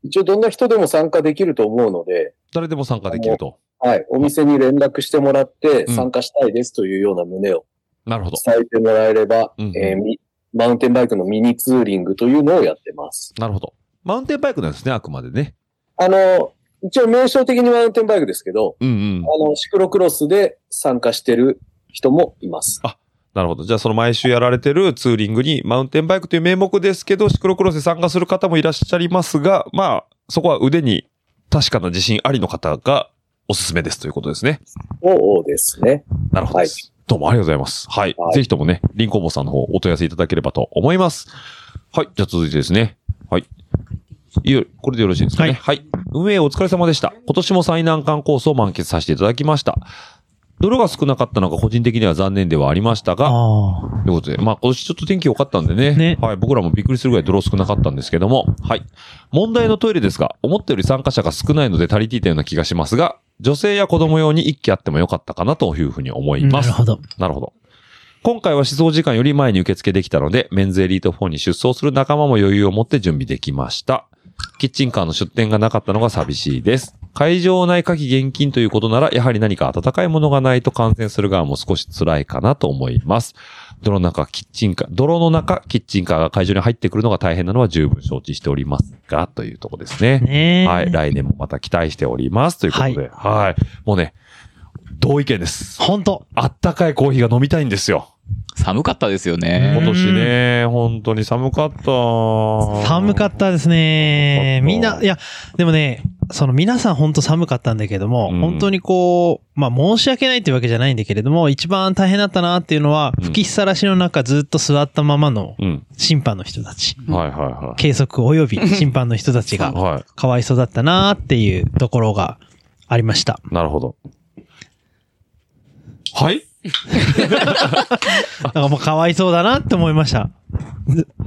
B: 一応どんな人でも参加できると思うので、
E: 誰でも参加できると。
B: はい、お店に連絡してもらって
E: うん
B: 参加したいですというような旨を
E: なるほど。
B: 伝えてもらえれば、
E: うん
B: えーみマウンテンバイクのミニツーリングというのをやってます。
E: なるほど。マウンテンバイクなんですね、あくまでね。
B: あの、一応名称的にマウンテンバイクですけど、
E: うんうん。
B: あの、シクロクロスで参加してる人もいます。
E: なるほど。じゃあ、その毎週やられてるツーリングに、マウンテンバイクという名目ですけど、シクロクロスで参加する方もいらっしゃいますが、まあ、そこは腕に確かな自信ありの方がおすすめですということですね。
B: そうですね。
E: なるほどです。どうもありがとうございます。はい。
G: はい
E: ぜひともね、リンコボさんの方お問い合わせいただければと思います。はい。じゃあ続いてですね。はい。いよ、これでよろしいですかね。はい。運営お疲れ様でした。今年も最難関コースを満喫させていただきました。泥が少なかったのが個人的には残念ではありましたが、
F: ああ。
E: ということで、まあ今年ちょっと天気良かったんでね。
F: ね
E: はい、僕らもびっくりするぐらい泥少なかったんですけども。はい。問題のトイレですが、思ったより参加者が少ないので足りていたような気がしますが、女性や子供用に一機あってもよかったかなというふうに思い
F: な
E: ます
F: る。ほど。
E: なるほど。今回は思想時間より前に受付できたので、メンズエリート4に出走する仲間も余裕を持って準備できました。キッチンカーの出店がなかったのが寂しいです。会場内下記現金ということなら、やはり何か温かいものがないと感染する側も少し辛いかなと思います。泥の中、キッチンカー、泥の中、キッチンカーが会場に入ってくるのが大変なのは十分承知しておりますが、というとこですね。
F: ねえ。
E: はい。来年もまた期待しております。ということで。はい。もうね、同意見です。
F: ほんと。
E: あったかいコーヒーが飲みたいんですよ。
C: 寒かったですよね。
E: 今年ね、本当に寒かった。
F: 寒かったですね。みんな、いや、でもね、その皆さん本当寒かったんだけども、
E: うん
F: 本当にこう、まあ申し訳ないっていうわけじゃないんだけれども、一番大変だったなっていうのは、
E: うん
F: 吹きさらしの中ずっと座ったままの
E: うん。
F: 審判の人たち、
E: はいはいは
F: 計測及び審判の人たち
E: い。
F: が、
E: は
F: かわいそうだったなっていうところがありました。
E: い。なるほど。はい
F: なんかもうかわいそうだなって思いました。
E: あ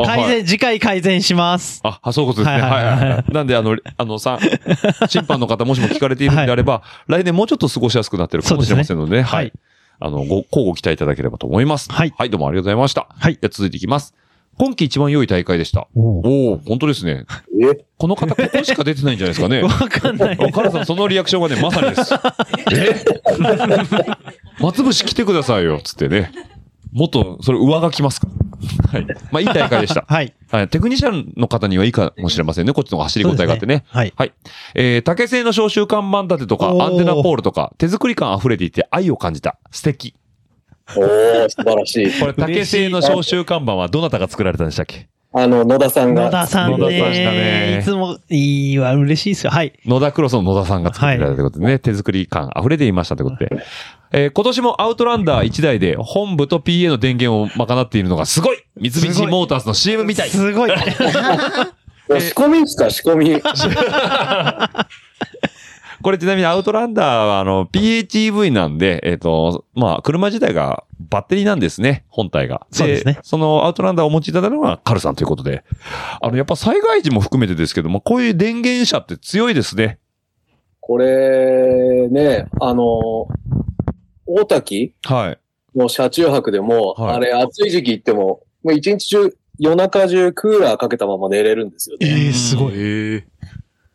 F: 改善、
E: はい
F: 次回改善します。
E: あ、あそういうことですね。
F: は
E: はいい
F: はいはい
E: はいはい。なんで、あの、あの、さ、審判の方もしも聞かれているんであれば、来年もうちょっと過ごしやすくなってるかもしれませんのでね、
F: すね
E: は
F: はい
E: い。あの、ご、交互期待いただければと思います。
F: はい
E: はい、どうもありがとうございました。
F: はい
E: じゃあ続いていきます。今季一番良い大会でした。
F: おう
E: おお本当ですね。
G: え
E: この方、ここしか出てないんじゃないですかね
F: わ。かんない。
E: お母さん、そのリアクションがね、まさにです。 え 松節来てくださいよ、つってね。もっと、それ上がきますかはい。まあ、いい大会で した。
F: はい。
E: はい。テクニシャンの方にはいいかもしれませんね。こっちの方が走り応えがあってね。
F: はい。
E: はい。えー、竹製の消臭看板立てとか、
F: おー
E: アンテナポールとか、手作り感溢れていて愛を感じた。素敵。
G: おー、素晴らしい。
E: これ、竹製の消臭看板はどなたが作られたんでしたっけ
G: あの、野田さんが。
F: 野田さん
E: 野田さんでした
F: ね。
E: ね
F: いつも、いいわ、嬉しいですよ。はい。
E: 野田クロスの野田さんが作ってられたということでね、手作り感溢れていましたということで。えー今年もアウトランダー1台で本部と PA の電源を賄っているのがすごい三
F: すご
E: 菱
F: い
E: モーターズの CM みたい
F: す ごい。
G: お仕込みですか仕込み。
E: これちなみにアウトランダーはあの PHEV なんで、えっ、と、まあ、車自体がバッテリーなんですね、本体が。
F: そうですね
E: そのアウトランダーをお持ちいただいたのはカルさんということで。あの、やっぱ災害時も含めてですけども、こういう電源車って強いですね。
G: これ、ね、あの、大滝
E: はい。
G: の車中泊でも、
E: はい
G: あれ暑い時期行っても、もう一日中、夜中中クーラーかけたまま寝れるんですよね。
F: えー、すごい。
E: え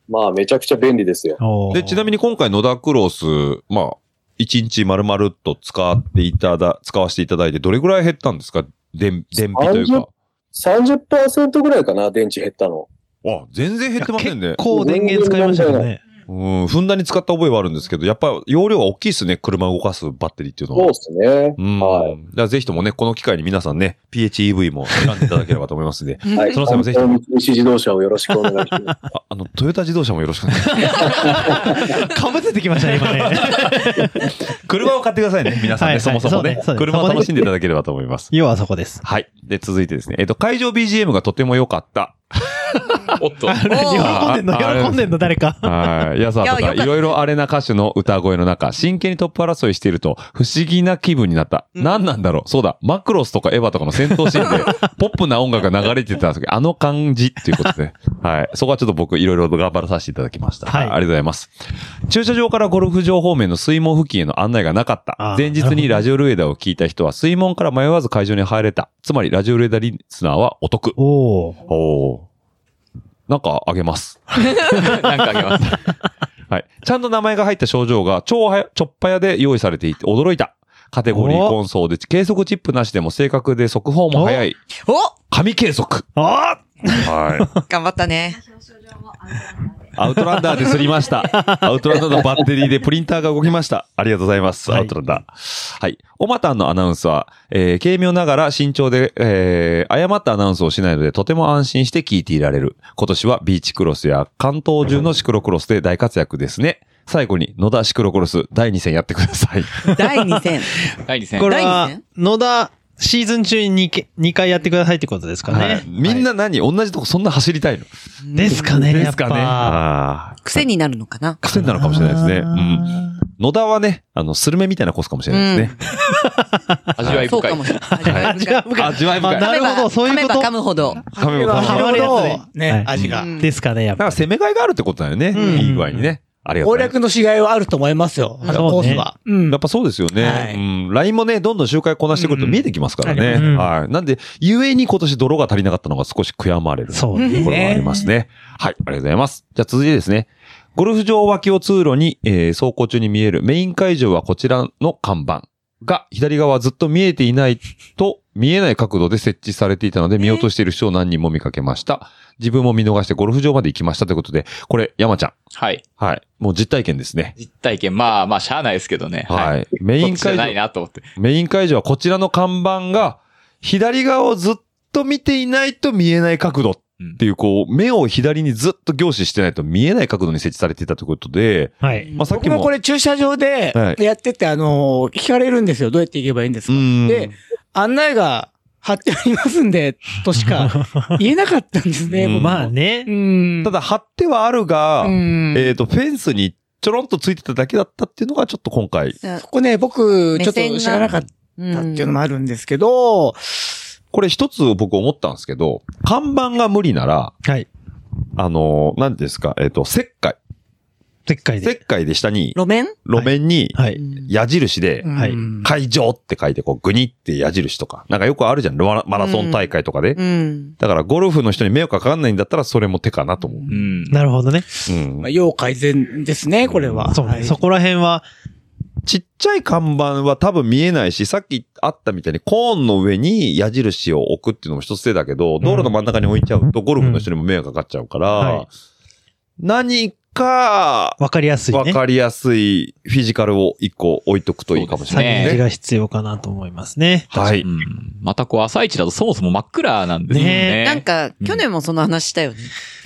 G: まあめちゃくちゃ便利ですよ。
E: で、ちなみに今回野田クロス、まあ、一日丸々っと使っていただ、使わせていただいて、どれぐらい減ったんですか電、電費というか。
G: 30%ぐらいかな、電池減ったの。
E: あ、全然減ってませんね
F: 結。構電源使いましたよ ね。
E: うん、ふんだんに使った覚えはあるんですけど、やっぱ容量は大きいですね。車を動かすバッテリーっていうの
G: そう
E: は
G: で。すね。
E: うん。
G: はい
E: だからぜひともね、この機会に皆さんね、PHEV も選んでいただければと思いますんで。
G: はい。
E: その際もぜひ
G: 三菱自動車をよろしくお願いし ます。
E: ああの、トヨタ自動車もよろしくね。
F: かぶせてきましたね、今ね。
E: 車を買ってくださいね、皆さん
F: は
E: ね、
F: いはい
E: そもそもね
F: そうねそう。ね
E: 車を楽しんでいただければと思います。
F: 要はそこです。
E: はい。で、続いてですね。えっと、会場 BGM がとても良かった。
C: おっと。
F: 喜んでん の
E: ああ
F: 喜んでんの誰か。
E: はい。や
I: い
E: さと
I: やよか
E: か、
I: った
E: いろいろアレな歌手の歌声の中、真剣にトップ争いしていると、不思議な気分になった。何なんだろうそうだ、マクロスとかエヴァとかの戦闘シーンで、ポップな音楽が流れてたんですけど、あの感じっていうことで。はい。そこはちょっと僕、いろいろ頑張らさせていただきました。
F: は
E: はいい。ありがとうございます。駐車場からゴルフ場方面の水門付近への案内がなかっ
F: あ
E: た
F: ー。
E: 前日にラジオルエダを聞いた人は、水門から迷わず会場に入れた。つまり、ラジオルエダリスナーはお得。
F: おお。
E: おおー。なんかあげます。
C: なんかあげます。
E: はい。ちゃんと名前が入った症状が、超はや、ちょっぱやで用意されていて、驚いた。カテゴリー
F: お
E: 混走で、計測チップなしでも正確で速報も早い。
I: お
E: 紙計測。
F: あ
E: はい。
I: 頑張ったね。
E: アウトランダーで釣りま した。アウトランダーのバッテリーでプリンターが動きました。ありがとうございます。
F: はい
E: アウトランダー。はい。オマタンのアナウンスは、えー、軽妙ながら慎重で、えー、誤ったアナウンスをしないので、とても安心して聞いていられる。今年はビーチクロスや関東中のシクロクロスで大活躍ですね。最後に野田シクロクロス第2戦やってください。
J: 第2戦。
L: 第2戦。
F: これは
J: 第二、
F: 野田、シーズン中に 2, 2回やってくださいってことですかね。
E: はいみんな何、同じとこそんな走りたいの
F: ですかね。
E: ですかね。
F: やっぱ
E: あー
J: 癖になるのかな
E: 癖になるかもしれないですね。うん。野田はね、あの、スルメみたいなコースかもしれないですね。
L: 味わい
J: そう
L: 深
J: か
L: い
J: も。しれない。
F: 味わい深い
E: 味わい深い。
F: なるほど、そういうこ
J: 噛めば
F: と
J: 噛。むほど。
E: 噛めば噛むほど
F: ハマるやつね。は
H: ね
F: い、
H: 味が
J: う。ん
F: ですかね、やっ
E: なんか。
F: ぱ
E: 攻めがいがあるってことだよね。
F: ん
E: いい具合にね。ありがとうご
H: 攻
E: ざいます。
H: 略のしがいはあると思いますよ。
F: あそうね
H: コースは。うん
E: やっ。ぱそうですよね。
H: はい
E: うん。LINE もね、どんどん周回こなしてくると
F: うん
E: 見えてきますから
F: あり
E: ね。
F: ますね
E: はい。なんで、ゆえに今年泥が足りなかったのが少し悔やまれる。
F: そう
E: と
F: ね。
E: ころがありますね。はい、ありがとうございます。じゃあ続いてですね。ゴルフ場脇を通路に、えー走行中に見えるメイン会場はこちらの看板が左側ずっと見えていないと見えない角度で設置されていたので見落としている人を何人も見かけました。自分も見逃してゴルフ場まで行きましたということで、これ山ちゃん。
L: はい。
E: はい。もう実体験ですね。
L: 実体験、まあまあ、しゃあないですけどね。
E: はい。メ
L: メ
E: イ
L: イ
E: ン
L: ン会
E: 会
L: ない
E: 場、
L: なと思って。
E: メイン会場はこちらの看板が左側をずっと見ていないと見えない角度
L: うん
E: っていう、こう、目を左にずっと凝視してないと見えない角度に設置されていたということで、
F: はい。
E: まあさっき
H: 僕
E: も。
H: もこれ駐車場で
E: はい
H: やってて、あのー、聞かれるんですよ。どうやって行けばいいんです
E: う
H: か
E: ん。
H: で、案内が貼ってありますんで、としか言えなかったんですね、
E: うん
H: 僕も
F: まあ。ね
H: う。ん。
E: ただ貼ってはあるが、
H: うん、
E: えっと、フェンスにちょろんとついてただけだったっていうのがちょっと今回、
H: ここね、僕、ちょ
J: 目
H: っ
J: 線
H: と
J: が
H: 知らなかったっていうのもあるんですけど、
E: これ一つ僕思ったんですけど、看板が無理なら、
F: はい。
E: あのー、何ですか、えっ、と、石灰。
F: でっかいで。
E: 石灰で下に、
J: 路面
E: 路面に
F: はい。
E: 矢印で、
H: うん
F: はい
E: 会場って書いて、こう、グニって矢印とか。なんかよくあるじゃん。マラマラソン大会とかで。
J: うん。
E: だから、ゴルフの人に迷惑かかんないんだったら、それも手かなと思う。
L: うん。
F: なるほどね。
E: うん
H: まあ、要改善ですね、これは。
F: そう
H: は
F: ね。
H: い
F: そこら辺は、
E: ちっちゃい看板は多分見えないし、さっきあったみたいにコーンの上に矢印を置くっていうのも一つ手だけど、道路の真ん中に置いちゃうとゴルフの人にも迷惑かかっちゃうから、
F: うんはい
E: 何か
F: わかりやすい
E: わ
F: ね。
E: かりやすいフィジカルを一個置いとくといいかもしれ
F: サ
E: ない
F: イ
E: で
F: ズ
E: すね。
F: が必要かなと思いますね。
E: は
L: う
E: い。
L: んまたこう、朝一だとそもそも真っ暗なんですよ
F: ね
L: ね。
J: なんか、去年もその話したよね。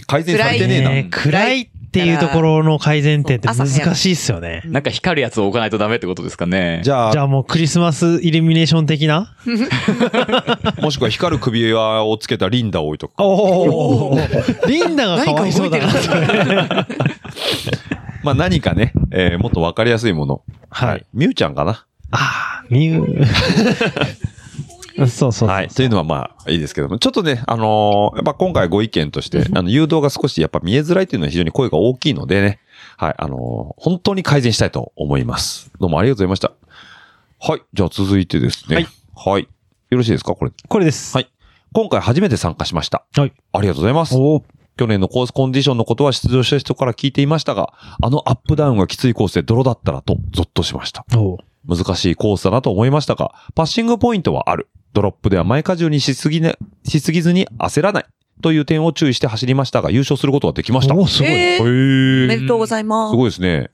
E: 改善されてねえな。
F: ね暗いっていうところの改善点って難しいっすよね。
L: なんか光るやつを置かないとダメってことですかね。
E: じゃ
F: じゃ
E: あ、
F: あもうクリスマスイルミネーション的な
E: もしくは光る首輪をつけたリンダを置いとく。
F: おお リンダがかわいそうだな。
E: まあ何かね、えーもっとわかりやすいもの。
F: はい。。
E: ミュウちゃんかな。
F: ああ、みゆ。そうそう。
E: はい。というのはまあ、いいですけども。ちょっとね、あのーやっぱ今回ご意見として、あの、誘導が少しやっぱ見えづらいというのは非常に声が大きいのでね。はい。あのー本当に改善したいと思います。どうもありがとうございました。はい。じゃあ続いてですね。
F: はい。
E: はい。よろしいですかこれ。
F: これです。
E: はい今回初めて参加しました。
F: はい。
E: ありがとうございます。
F: おー
E: 去年のコースコンディションのことは出場した人から聞いていましたが、あのアップダウンがきついコースで泥だったらと、ゾッとしました。
F: おー
E: 難しいコースだなと思いましたが、パッシングポイントはある。ドロップでは前荷重にしすぎね、しすぎずに焦らない。という点を注意して走りましたが、優勝することができました。
F: おーすごい。
J: え
E: へ
J: ーお
E: ー
J: めでとうございますす。
E: ごいですね。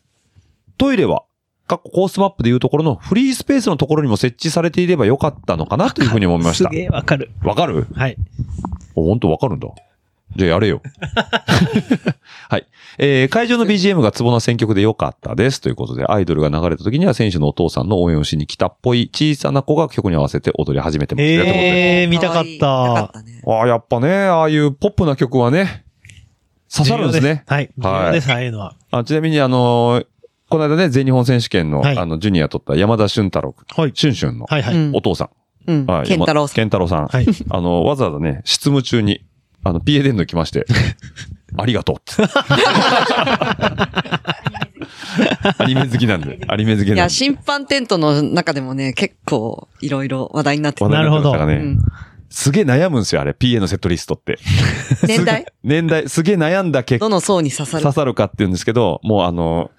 E: トイレは、過去コースマップでいうところのフリースペースのところにも設置されていればよかったのかなというふうに思いまし
F: す
E: た。
F: げえわかる。
E: わかる
F: はい。
E: お本当わかるんだ。じゃあやれよ。 はい。えー会場の BGM がツボな選曲で良かったです。ということで、アイドルが流れた時には選手のお父さんの応援をしに来たっぽい小さな子が曲に合わせて踊り始めてますね。ということで
F: ええー、見たかっ。
J: 可愛い見たかったたね。
E: ああ、やっぱね、ああいうポップな曲はね、刺さるんですね。
F: はい。重
E: はい
F: 要です、ああいうのは。
E: あちなみに、あのーこの間ね、全日本選手権の、
F: はい
E: あの、ジュニア取った山田俊太郎君、
F: はい。
E: 俊俊の
F: はいは
J: う
F: い。
J: ん
E: お父さん。
J: うん。
E: はい。
J: 健太郎さん。
E: 健太郎さん。
F: はい。
E: あの、わざわざね、執務中に、あの、PA 電動来ま して、ありがとうって。アニメ好きなんで、アニメ好きなん
J: い
E: で。
J: や、審判テントの中でもね、結構、いろいろ話題になって
E: 話
J: た。
E: 題にってましたから
J: う
E: ね
J: ん。
E: すげえ悩むんですよ、あれ、PA のセットリストって。
J: 年代
E: 年代、すげえ悩んだ結
J: ど
E: 果、
J: の層に刺さる
E: 刺さるかって言うんですけど、もうあの、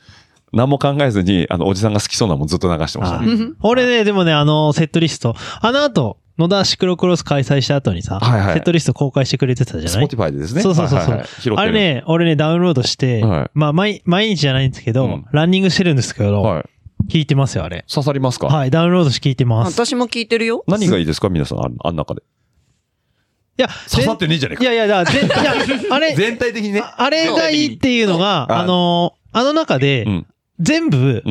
E: 何も考えずに、あの、おじさんが好きそうなもんずっと流してました
F: あ
E: ね。
F: ー俺ね、でもね、あの、セットリスト、あの後、野田シクロクロス開催した後にさ、
E: はいはい
F: セットリスト公開してくれてたじゃ
E: ス
F: な
E: ポ
F: い
E: ティファイでですね。
F: そうそうそうそう
E: はいはいはい拾ってる
F: あれ。ね、俺ね、ダウンロードして、
E: はい
F: まあ、毎、毎日じゃないんですけど、
E: うん
F: ランニングしてるんですけど、
E: はい。
F: 聞いてますよ、あれ。
E: 刺さりますか
F: はい、ダウンロードして聞いてます。
J: 私も聞いてるよ。
E: 何がいいですか皆さん、あんあん中で。
F: いや、
E: 刺さってねえじゃねえ
F: い
E: か。
F: やいや、だから全いや、あれ、
E: 全体的にね。
F: ああれがいいっていうのが、
E: あ
F: あの、あの中で、
E: うん
F: 全部、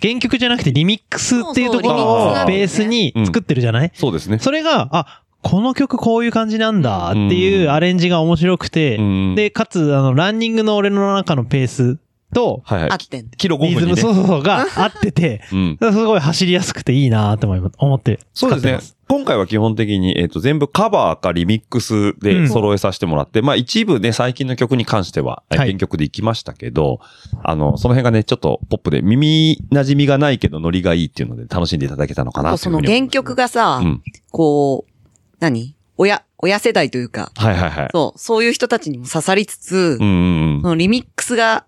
F: 原曲じゃなくてリミックスっていうとこ
E: そう
F: ろ
E: そ
F: を
E: う
F: ベースに作ってるじゃない
E: そうですね。
F: それが、あ、この曲こういう感じなんだっていうアレンジが面白くて、で、かつ、あの、ランニングの俺の中のペースと、
E: はいはい合ってんだキロ5分にね
F: リズム、そうそうそう、が合ってて、
E: うん
F: だからすごい走りやすくていいなと思います思って。
E: そうですね。今回は基本的に、えっ、と、全部カバーかリミックス
F: う
E: で
F: ん
E: 揃えさせてもらって、まあ一部ね、最近の曲に関しては、え原曲でいきましたけど、あの、その辺がね、ちょっとポップで耳馴染みがないけどノリがいいっていうので楽しんでいただけたのかなというふ
J: そう
E: に
J: の
E: 思います
J: 原曲がさ、
E: うん
J: こう、何親、親世代というか、
E: はいはいはい。
J: そう、そういう人たちにも刺さりつつ、
E: うんうんうん
J: そのリミックスが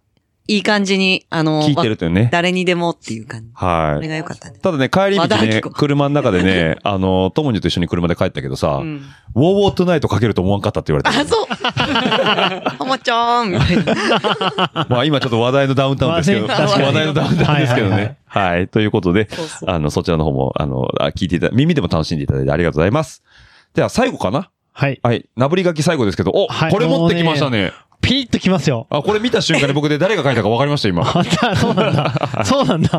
J: いい感じに、あの、
E: 聞いてるとね
J: わ誰にでもっていう感じ。
E: はい。
J: これが良かったね。
E: ただね、帰り
J: 和田
E: 道
J: アキ
E: ね、
J: 子
E: 車の中でね、あの、トモニーと一緒に車で帰ったけどさ、ウォーウォートゥナイトかけると思わんかったって言われ
J: あ、そう。ともちゃんみたいな。
E: た。まあ今ちょっと話題のダウンタウンですけど、
J: まあね確かに
E: 話題のダウンタウンですけどね。はい。ということで、あの、そちらの方も、あの、あ聞いていた、耳でも楽しんでいただいてありがとうございます。では最後かな
F: はい。
E: はい。なぶり書き最後ですけど、お、
F: はい
E: これ持ってきました
F: もう
E: ね
F: ね。ピリッときますよ。
E: あ、これ見た瞬間に僕で誰が書いたか分かりました、今。
F: そうなんだ。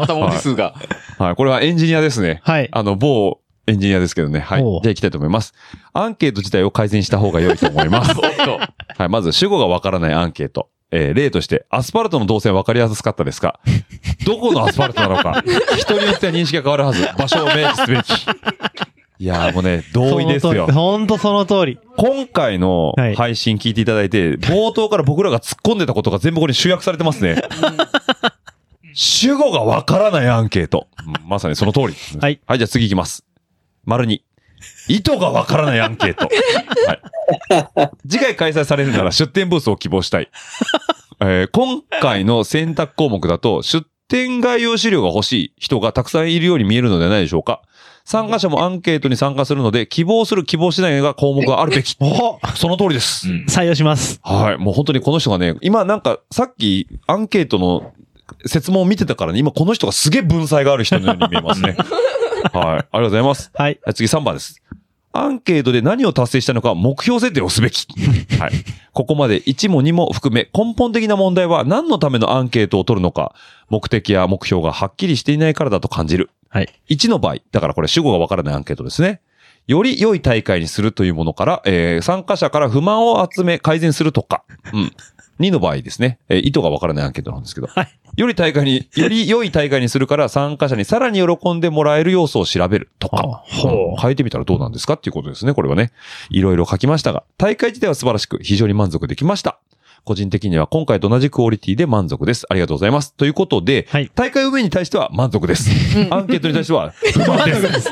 E: 頭
F: 文字数
E: が。はい、これはエンジニアですね。
F: はい。
E: あの、某エンジニアですけどね。はい。じゃあ行きたいと思います。アンケート自体を改善した方が良いと思います。はい、まず主語がわからないアンケート。えー例として、アスファルトの動線分かりやすかったですか どこのアスファルトなのか 人によっては認識が変わるはず。場所を明示すべき。いやーもうね、同意ですよ。
F: ほんとその通り。
E: 今回の配信聞いていただいて、冒頭から僕らが突っ込んでたことが全部これに集約されてますね。主語がわからないアンケート。うんまさにその通りですね。はい。じゃあ次いきます。丸二。意図がわからないアンケート。はい。次回開催されるなら出店ブースを希望したい。えー今回の選択項目だと、出店概要資料が欲しい人がたくさんいるように見えるのではないでしょうか。参加者もアンケートに参加するので、希望する希望しないが項目があるべき。その通りです。
F: 採用します。
E: はい。もう本当にこの人がね、今なんかさっきアンケートの説問を見てたからね、今この人がすげえ文才がある人のように見えますね。はい。ありがとうございます。
F: はい。
E: 次3番です。アンケートで何を達成したのか目標設定をすべ き。はい。ここまで1も2も含め根本的な問題は何のためのアンケートを取るのか、目的や目標がはっきりしていないからだと感じる。
F: はい。
E: 1の場合、だからこれ主語がわからないアンケートですね。より良い大会にするというものから、えー参加者から不満を集め改善するとか、うん。2の場合ですね、えー意図がわからないアンケートなんですけど、より大会に、より良い大会にするから参加者にさらに喜んでもらえる要素を調べるとか、うん変えてみたらどうなんですかっていうことですね、これはね。いろいろ書きましたが、大会自体は素晴らしく非常に満足できました。個人的には今回と同じクオリティで満足です。ありがとうございます。ということで、大会運営に対しては満足です。アンケートに対しては不満です。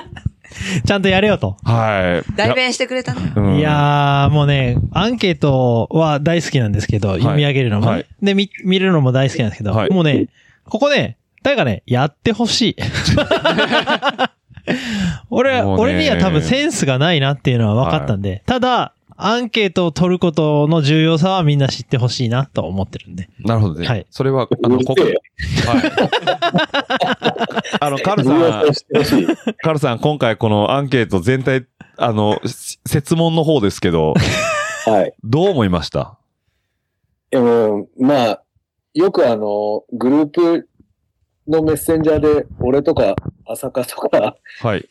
F: ちゃんとやれよと。
E: はい。
J: 代弁してくれたね。
E: うん
F: いやー、もうね、アンケートは大好きなんですけど、読み上げるのもね、で、見、見るのも大好きなんですけど、もうね、ここね、誰かね、やって ほしい。俺は、
E: もうね
F: 俺には多分センスがないなっていうのは分かったんで、ただ、アンケートを取ることの重要さはみんな知ってほしいなと思ってるんで。
E: なるほどね。
F: はい。
E: それは、あの、ここ、はい。あの、カルさん、カルさん、今回このアンケート全体、あの、せ設問の方ですけど、
G: はい。
E: どう思いました
G: でも、まあ、よくあの、グループのメッセンジャーで、俺とか、浅香とか、
E: はい。
G: ね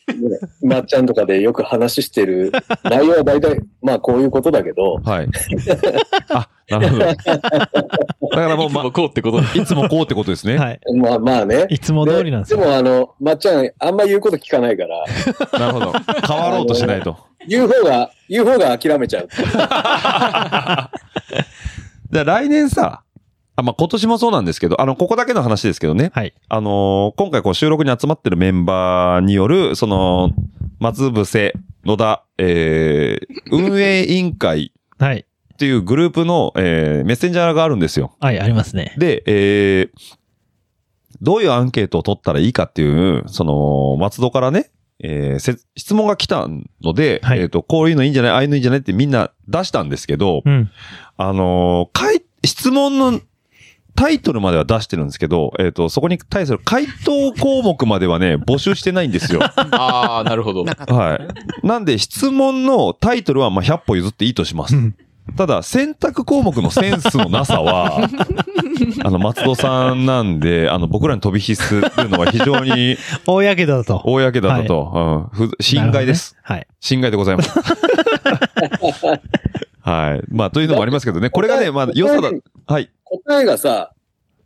G: まっちゃんとかでよく話してる内容は大体、まあこういうことだけど、
E: はい。あ、なるほど。だからもう、いつもこうって こといつもこうってことですね。はい
G: まあまあね。
F: いつも通りなんです
G: でもあの、まっちゃん、あんま言うこと聞かないから、
E: なるほど。変わろうとしないと。
G: 言う方が、言う方が諦めちゃう。
E: じゃあ来年さ、あ、まあ、今年もそうなんですけど、あの、ここだけの話ですけどね。
F: はい。
E: あのー今回こう収録に集まってるメンバーによる、その、松伏、野田、えー、運営委員会
F: はい。
E: っていうグループの、えー、メッセンジャーがあるんですよ。
F: はい、ありますね。
E: で、えー、どういうアンケートを取ったらいいかっていう、その、松戸からね、えーせ質問が来たので、えっ、と、こういうのいいんじゃないああいうのいいんじゃないってみんな出したんですけど、
F: うん。
E: あのーかい、質問のタイトルまでは出してるんですけど、えっ、と、そこに対する回答項目まではね、 募集してないん ですよ。
L: ああ、なるほど。
E: はい。なんで、質問のタイトルは、まあ、100歩譲っていいとします。ただ、選択項目のセンスのなさは、 あの、松戸さんなんで、あの、僕らに飛び火するのは非常 に、
F: 大やけだと。
E: 大やけだったと、うんふ。侵害です。
F: なる
E: 侵害でござい ます。はい。まあ、というのもありますけどね。これがね、まあ、良さだ。はい。
G: 答えがさ、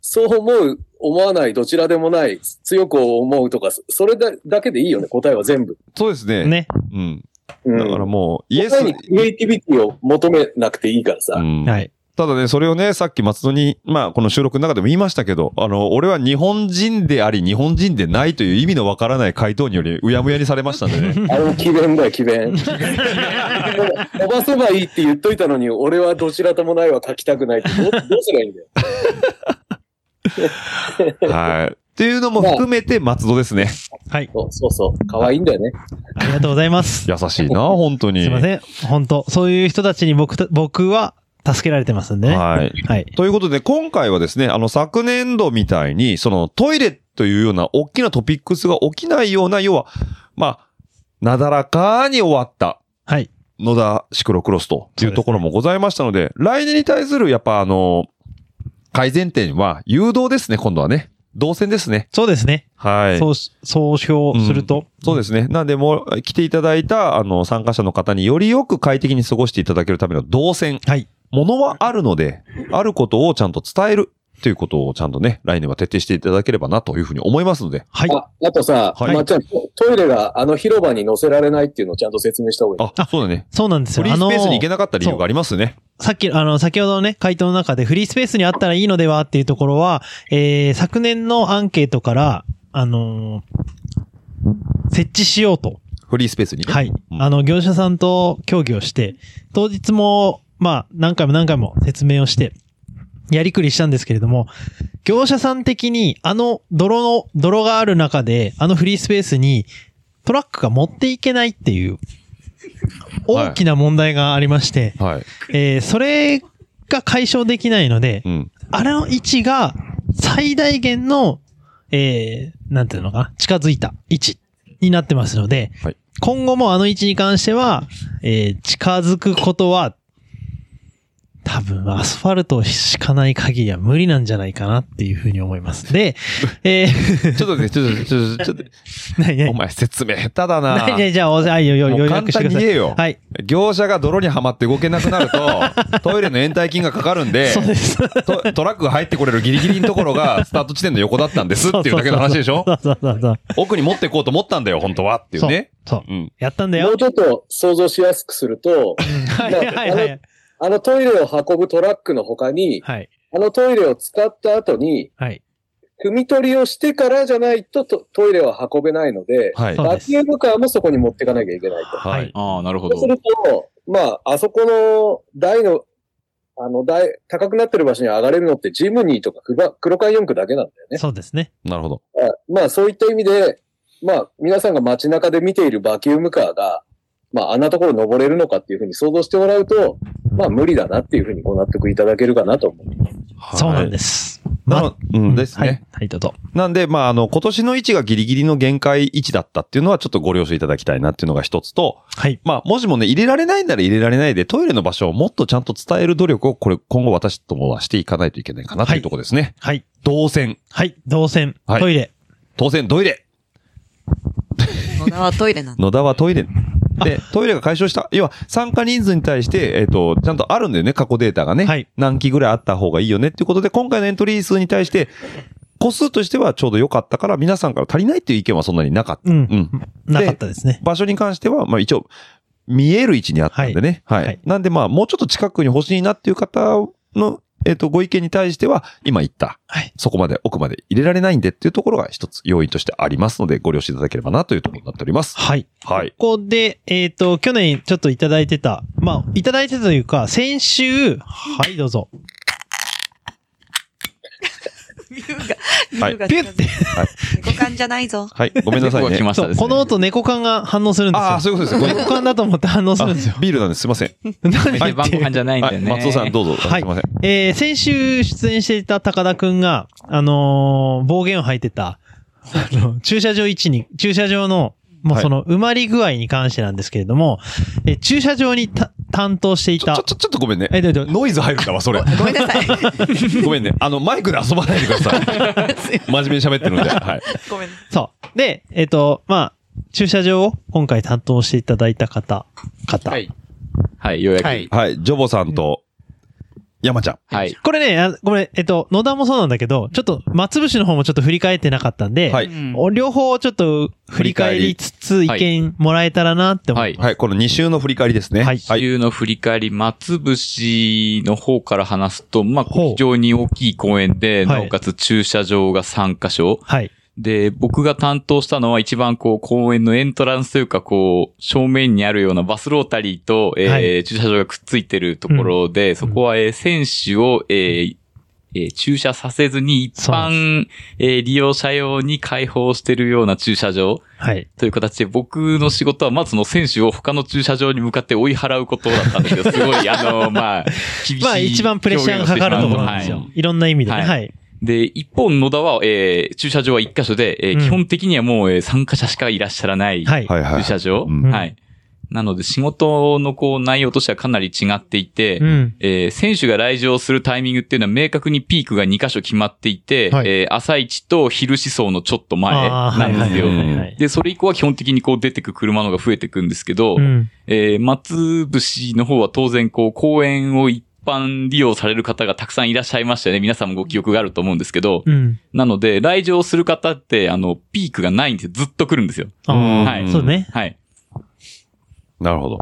G: そう思う、思わない、どちらでもない、強く思うとか、それだだけでいいよね、答えは全部。
E: そうですね。
F: ね。
E: うん。だからもう、イエス
G: 答え、にクリエイティビティを求めなくていいからさ。
F: はい。
E: ただね、それをね、さっき松戸に、まあ、この収録の中でも言いましたけど、あの、俺は日本人であり、日本人でないという意味のわからない回答により、うやむやにされましたんでね。
G: あれも詭弁だよ、詭弁。 飛ばせばいいって言っといたのに、俺はどちらともないは書きたくないって、どどう すりゃいいんだよ。
E: はい。っていうのも含めて松戸ですね。
F: はい。
G: そうそうそう。可愛いんだよね。
F: ありがとうございます。
E: 優しい な、本当に。
F: すいません。本当そういう人たちに僕と、僕は助けられてますんでね。
E: はい。
F: はい。
E: ということで、今回はですね、あの、昨年度みたいに、そのトイレというような大きなトピックスが起きないような、要は、まあ、なだらかに終わった。
F: はい。
E: 野田シクロクロスというところもございましたので、来年に対する、やっぱあの、改善点は誘導ですね、今度はね。動線ですね。
F: そうですね。
E: はい。
F: そうし、総称すると。
E: そうですね。なんで、もう来ていただいた、あの、参加者の方によりよく快適に過ごしていただけるための動線。
F: はい。
E: ものはあるので、あることをちゃんと伝える。ということをちゃんとね、来年は徹底していただければなというふうに思いますので。
F: はい。
G: ああとさ、
E: はい
G: まっちゃん、トトイレがあの広場に載せられないっていうのをちゃんと説明した方がいい。
E: あ、そうだね。
F: そうなんです
E: フ
F: よ。
E: リースペースに行けなかった理由
F: そう
E: がありますね。
F: さっき、あの、先ほどのね、回答の中で、フリースペースにあったらいいのではっていうところは、えー、昨年のアンケートから、あのー設置しようと。
E: フリースペースにね。
F: はい。あの、業者さんと協議をして、当日も、まあ、何回も何回も説明をして、やりくりしたんですけれども、業者さん的に、あの、泥の、泥がある中で、あのフリースペースに、トラックが持っていけないっていう、大きな問題がありまして、
E: はい。
F: えーそれが解消できないので、あれの位置が最大限の、えー、なんていうのかな、近づいた位置になってますので、
E: はい
F: 今後もあの位置に関しては、えー近づくことは、多分アスファルトを敷かない限りは無理なんじゃないかなっていうふうに思います。で、えー、
E: ちょっとね、ちょっと、ちょっと、ちょっと、
F: 何何
E: お前説明下手だな。
F: 何何じゃあ、おあいいよ、よ、
E: も
F: よ
E: う
F: 予
E: 簡
F: 約して
E: 単
F: くだ
E: に
F: さい。
E: 言えよ。
F: はい。
E: 業者が泥にはまって動けなくなると、トイレの延滞金がかかるんで、
F: そうです。
E: トトラックが入ってこれるギリギリのところが、スタート地点の横だったんですっていうだけの話でしょ
F: そうそうそうそう。
E: 奥に持ってこうと思ったんだよ、本当はっていうね。
F: そう。
E: うん。
F: やったんだよ
G: も。うちょっと想像しやすくすると、
F: はいはいはい。
G: あのトイレを運ぶトラックの他に、
F: はい。
G: あのトイレを使った後に、
F: はい。
G: 踏み取りをしてからじゃないとトトイレは運べないので、
E: はい。
F: そう
G: バ
F: です
G: キュームカーもそこに持っていかなきゃいけないと。
E: は
F: はいい。
L: ああ、なるほ
G: そう
L: ど
G: す。ると、まあ、あそこの台の、あの台、高くなってる場所に上がれるのってジムニーとかクバ黒海四区だけなんだよね。
F: そうですね。
E: なるほど。。
G: あまあ、そういった意味で、まあ、皆さんが街中で見ているバキュームカーが、まあ、あんなところ登れるのかっていうふうに想像してもらうと、まあ、無理だなっていうふうにご納得いただけるかなと思う。
F: そうなんですす。
E: な
F: ま
E: のうんです
F: はい
E: ね。。
F: はい、どうぞ。
E: なんで、まあ、あの、今年の位置がギリギリの限界位置だったっていうのはちょっとご了承いただきたいなっていうのが一つと、
F: はい。
E: まあ、もしもね、入れられないなら入れられないで、トイレの場所をもっとちゃんと伝える努力を、これ、今後私どもはしていかないといけないかなというところですね。
F: はい。
E: 動線。
F: はい。動線。
E: はい
F: トイレ。
E: 当然、トイレ。
J: 野田はトイレなんだ。
E: 野田はトイレ。で、トイレが解消した。要は、参加人数に対して、えっ、と、ちゃんとあるんだよね、過去データがね。
F: はい
E: 何期ぐらいあった方がいいよねっていうことで、今回のエントリー数に対して、個数としてはちょうど良かったから、皆さんから足りないっていう意見はそんなになかった。
F: うん
E: うん。
F: なかったですね。
E: 場所に関しては、まあ一応、見える位置にあったんでね。は。
F: はいいはい
E: なんでまあ、もうちょっと近くに欲しいなっていう方の、えっ、と、ご意見に対しては、今言った、
F: はい
E: そこまで奥まで入れられないんでっていうところが一つ要因としてありますので、ご了承いただければなというところになっており ます。
F: はい。
E: はい。
F: ここで、えっ、と、去年ちょっといただいてた、まあ、いただいてたというか、先週、はい、どうぞ。
J: ミューが、ミ
E: はい
J: ューが
F: ピュッて。
J: 猫缶じゃないぞ。
E: はい。ごめんなさい
L: 猫が来
E: ね。
L: ました
F: そう
L: ですね
F: この音、猫缶が反応するんですよ。
E: ああ、そういうことですね。ごめん
F: 猫缶だと 思って反応するんですよ。
E: あビールなんです。すいません。
F: 何
L: は
F: 言
L: い、
F: っ
L: 晩
F: て
L: ご
F: る
L: 飯じゃないん
E: は
L: だよ
E: い。
L: ね。
E: 松尾さん、どうぞ。
F: はい
E: すいません。
F: えー、先週出演していた高田くんが、あのー暴言を吐いてた、あの、駐車場位置に、駐車場の、もうその埋まり具合に関してなんですけれども、えー駐車場にた担当していた。ちょ、
E: ちょ、ちょっとごめんね。
F: え、どうぞ
E: ノイズ入るんだわ、それ。ごめんなさい。 ごめんね。あの、マイクで遊ばないでください。真面目に喋ってるんで。はい。
I: ごめん。
F: そう。で、えっ、と、まあ、駐車場を今回担当していただいた方、方。
E: はい。
L: はい、ようやく。
E: はい。ジョボさんと、山ちゃん。
L: はい。
F: これね、あごめん、えっと、野田もそうなんだけど、ちょっと松節の方もちょっと振り返ってなかったんで、
E: はい
F: お両方ちょっと振り返りつつ
L: 振り
F: 意
L: 返り
F: 見もらえたらなって思う。
L: はい。
E: はい、この2週の振り返りですね。
L: はい。2週の振り返り、松節の方から話すと、まあ、非常に大きい公園で、
F: はい
L: なおかつ駐車場が3カ所。
F: はい。
L: で、僕が担当したのは一番こう公園のエントランスというかこう正面にあるようなバスロータリーと、えー
F: はい
L: 駐車場がくっついてるところで、そこは、えー選手を、えーえー駐車させずに一般、えー利用者用に開放してるような駐車場
F: はい。
L: という形で僕の仕事はまずその選手を他の駐車場に向かって追い払うことだったんですけど、すごいあの、まあ、厳しい。
F: まあ一番プレッシャーがかかるところなんですよ。
L: はい
F: い、ろんな意味でね。はい。
L: で、一方、野田は、えー駐車場は一箇所で、えー
F: うん
L: 基本的にはもう、えー参加者しかいらっしゃらない、
F: はいはいはい
L: 駐車場、
F: ん
L: はい。なので、仕事のこう、内容としてはかなり違っていて、
F: うん
L: えー選手が来場するタイミングっていうのは明確にピークが2箇所決まっていて、
F: はい
L: えー朝一と昼思想のちょっと前
F: あーは
L: ないんですよ
F: はいはいはい。
L: で、それ以降は基本的にこう出てく車のが増えてくんですけど、
F: うん
L: えー松伏の方は当然こう公園を一般利用される方がたくさんいらっしゃいましたよね。皆さんもご記憶があると思うんですけど、
F: うん。
L: なので、来場する方って、あの、ピークがないんですよ。ずっと来るんですよ。
F: あー
L: はい。
F: そうね。
L: はい。
E: なるほど。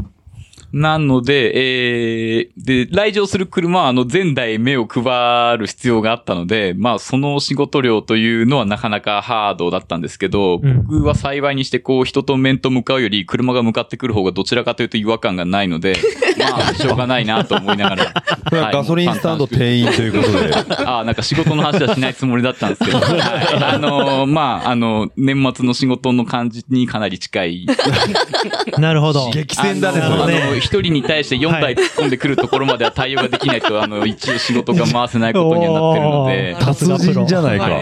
L: なので、えー、で、来場する車は、あの、前代目を配る必要があったので、まあ、その仕事量というのはなかなかハードだったんですけど、
F: うん
L: 僕は幸いにして、こう、人と面と向かうより、車が向かってくる方がどちらかというと違和感がない ので、まあ、しょうがないなと思いながら。
E: これはガソリンスタンド店員ということで。
L: ああ、なんか仕事の話はしないつもりだったんですけど、はいあのーまあ、あの、年末の仕事の感じにかなり近い。
F: なるほど。
L: 激戦だね、あの、一人に対して4台突っ込んでくるところまでは対応ができないと、あの、一応仕事が回せないことにはなってるので。
E: 達人じゃないか
L: は。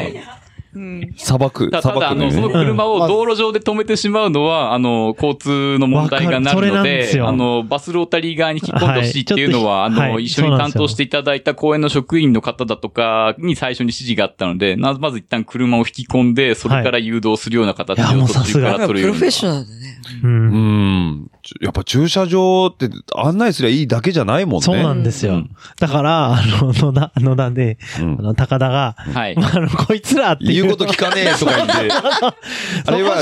E: 砂漠、
L: た
E: 砂
L: ただ、あ
E: 漠
L: の、その車を道路上で止めてしまうのは、あの、交通の問題がなる
F: わかるそれ
L: の
F: なんで、
L: です
F: よ
L: あの、バスロータリー側に引っ込んでほしいっていうのは、
F: はい
L: あ
F: ちょっと
L: の、
F: はい
L: 一緒
F: そう
L: に
F: なんで
L: 担
F: すよ
L: 当していただいた公園の職員の方だとかに最初に指示があったので、なまず一旦車を引き込んで、それから誘導するような形を途中から取るように。
J: ョナルだね。
F: うん。
E: ちょやっぱ駐車場って案内すりゃいいだけじゃないもんね。
F: そうなんですよ。だから、あの、野田、野田で、あの、高田が、
L: はい。
F: まああの、こいつらっていう。
E: 言うこと聞かねえとか言って。あれは、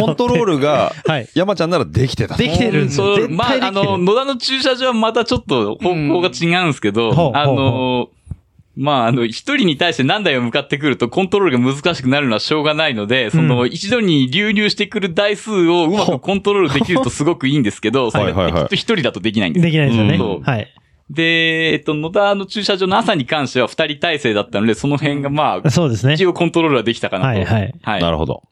E: コントロール が、山ちゃんならできてた。
F: できてるんですよ
L: そう、
F: 絶
L: ま
F: 対できてる
L: あ、あの、野田の駐車場はまたちょっと方向が違うんですけど、
F: ほう
L: あ
F: ほう
L: の、まあ、あの、一人に対して何台を向かってくるとコントロールが難しくなるのはしょうがないので、その、一度に流入してくる台数をうまくコントロールできるとすごくいいんですけど、それってきっと一人だとできないんです
F: できないですよね。
L: そう
F: はい。
L: で、えっと、野田の駐車場の朝に関しては二人体制だったので、その辺がまあ、
F: そうですね。
L: 一応コントロールはできたかなと。
F: はいはい
E: なるほど。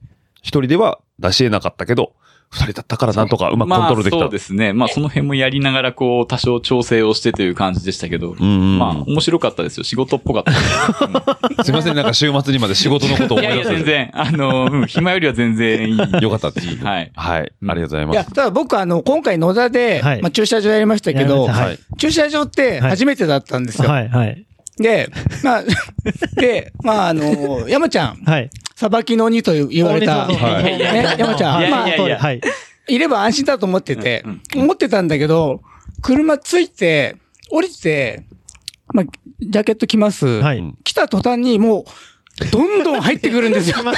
E: 一人では出し得なかったけど、二人だったからなんとかうまくコントロールでき
L: まあ、
E: た
L: そう。ですね。まあ、その辺もやりながら、こう、多少調整をしてという感じでしたけど、まあ、面白かったですよ。仕事っぽかったです。
E: すいません、なんか週末にまで仕事のことを思い
L: いや
E: 出
L: い
E: せ
L: や、全
E: て。
L: 然。あの、うん暇よりは全然いい。
E: よかったです。
L: はい。
E: はい。ありがとうござい
H: い
E: ま
H: や、
E: す。
H: ただ僕あの、今回野田で、
E: はい
H: まあ駐車場やりましたけ
E: やり
H: ど、
E: ましたはい
H: 駐車場って初めてだったんですよ。
F: はい、はい。
H: で、まあ、で、まああの、山ちゃん、
F: はい。
H: さばきの鬼と言われた、
F: 鬼とはい
H: ね 山ちゃ
F: いやい
H: ん、まあ
F: やいやいやはい
H: いれば安心だと思ってて、思ってたんだけど、車ついて、降りて、まあ、ジャケット着ます。来た途端にもう、どんどん入ってくるんで すよ。
E: 車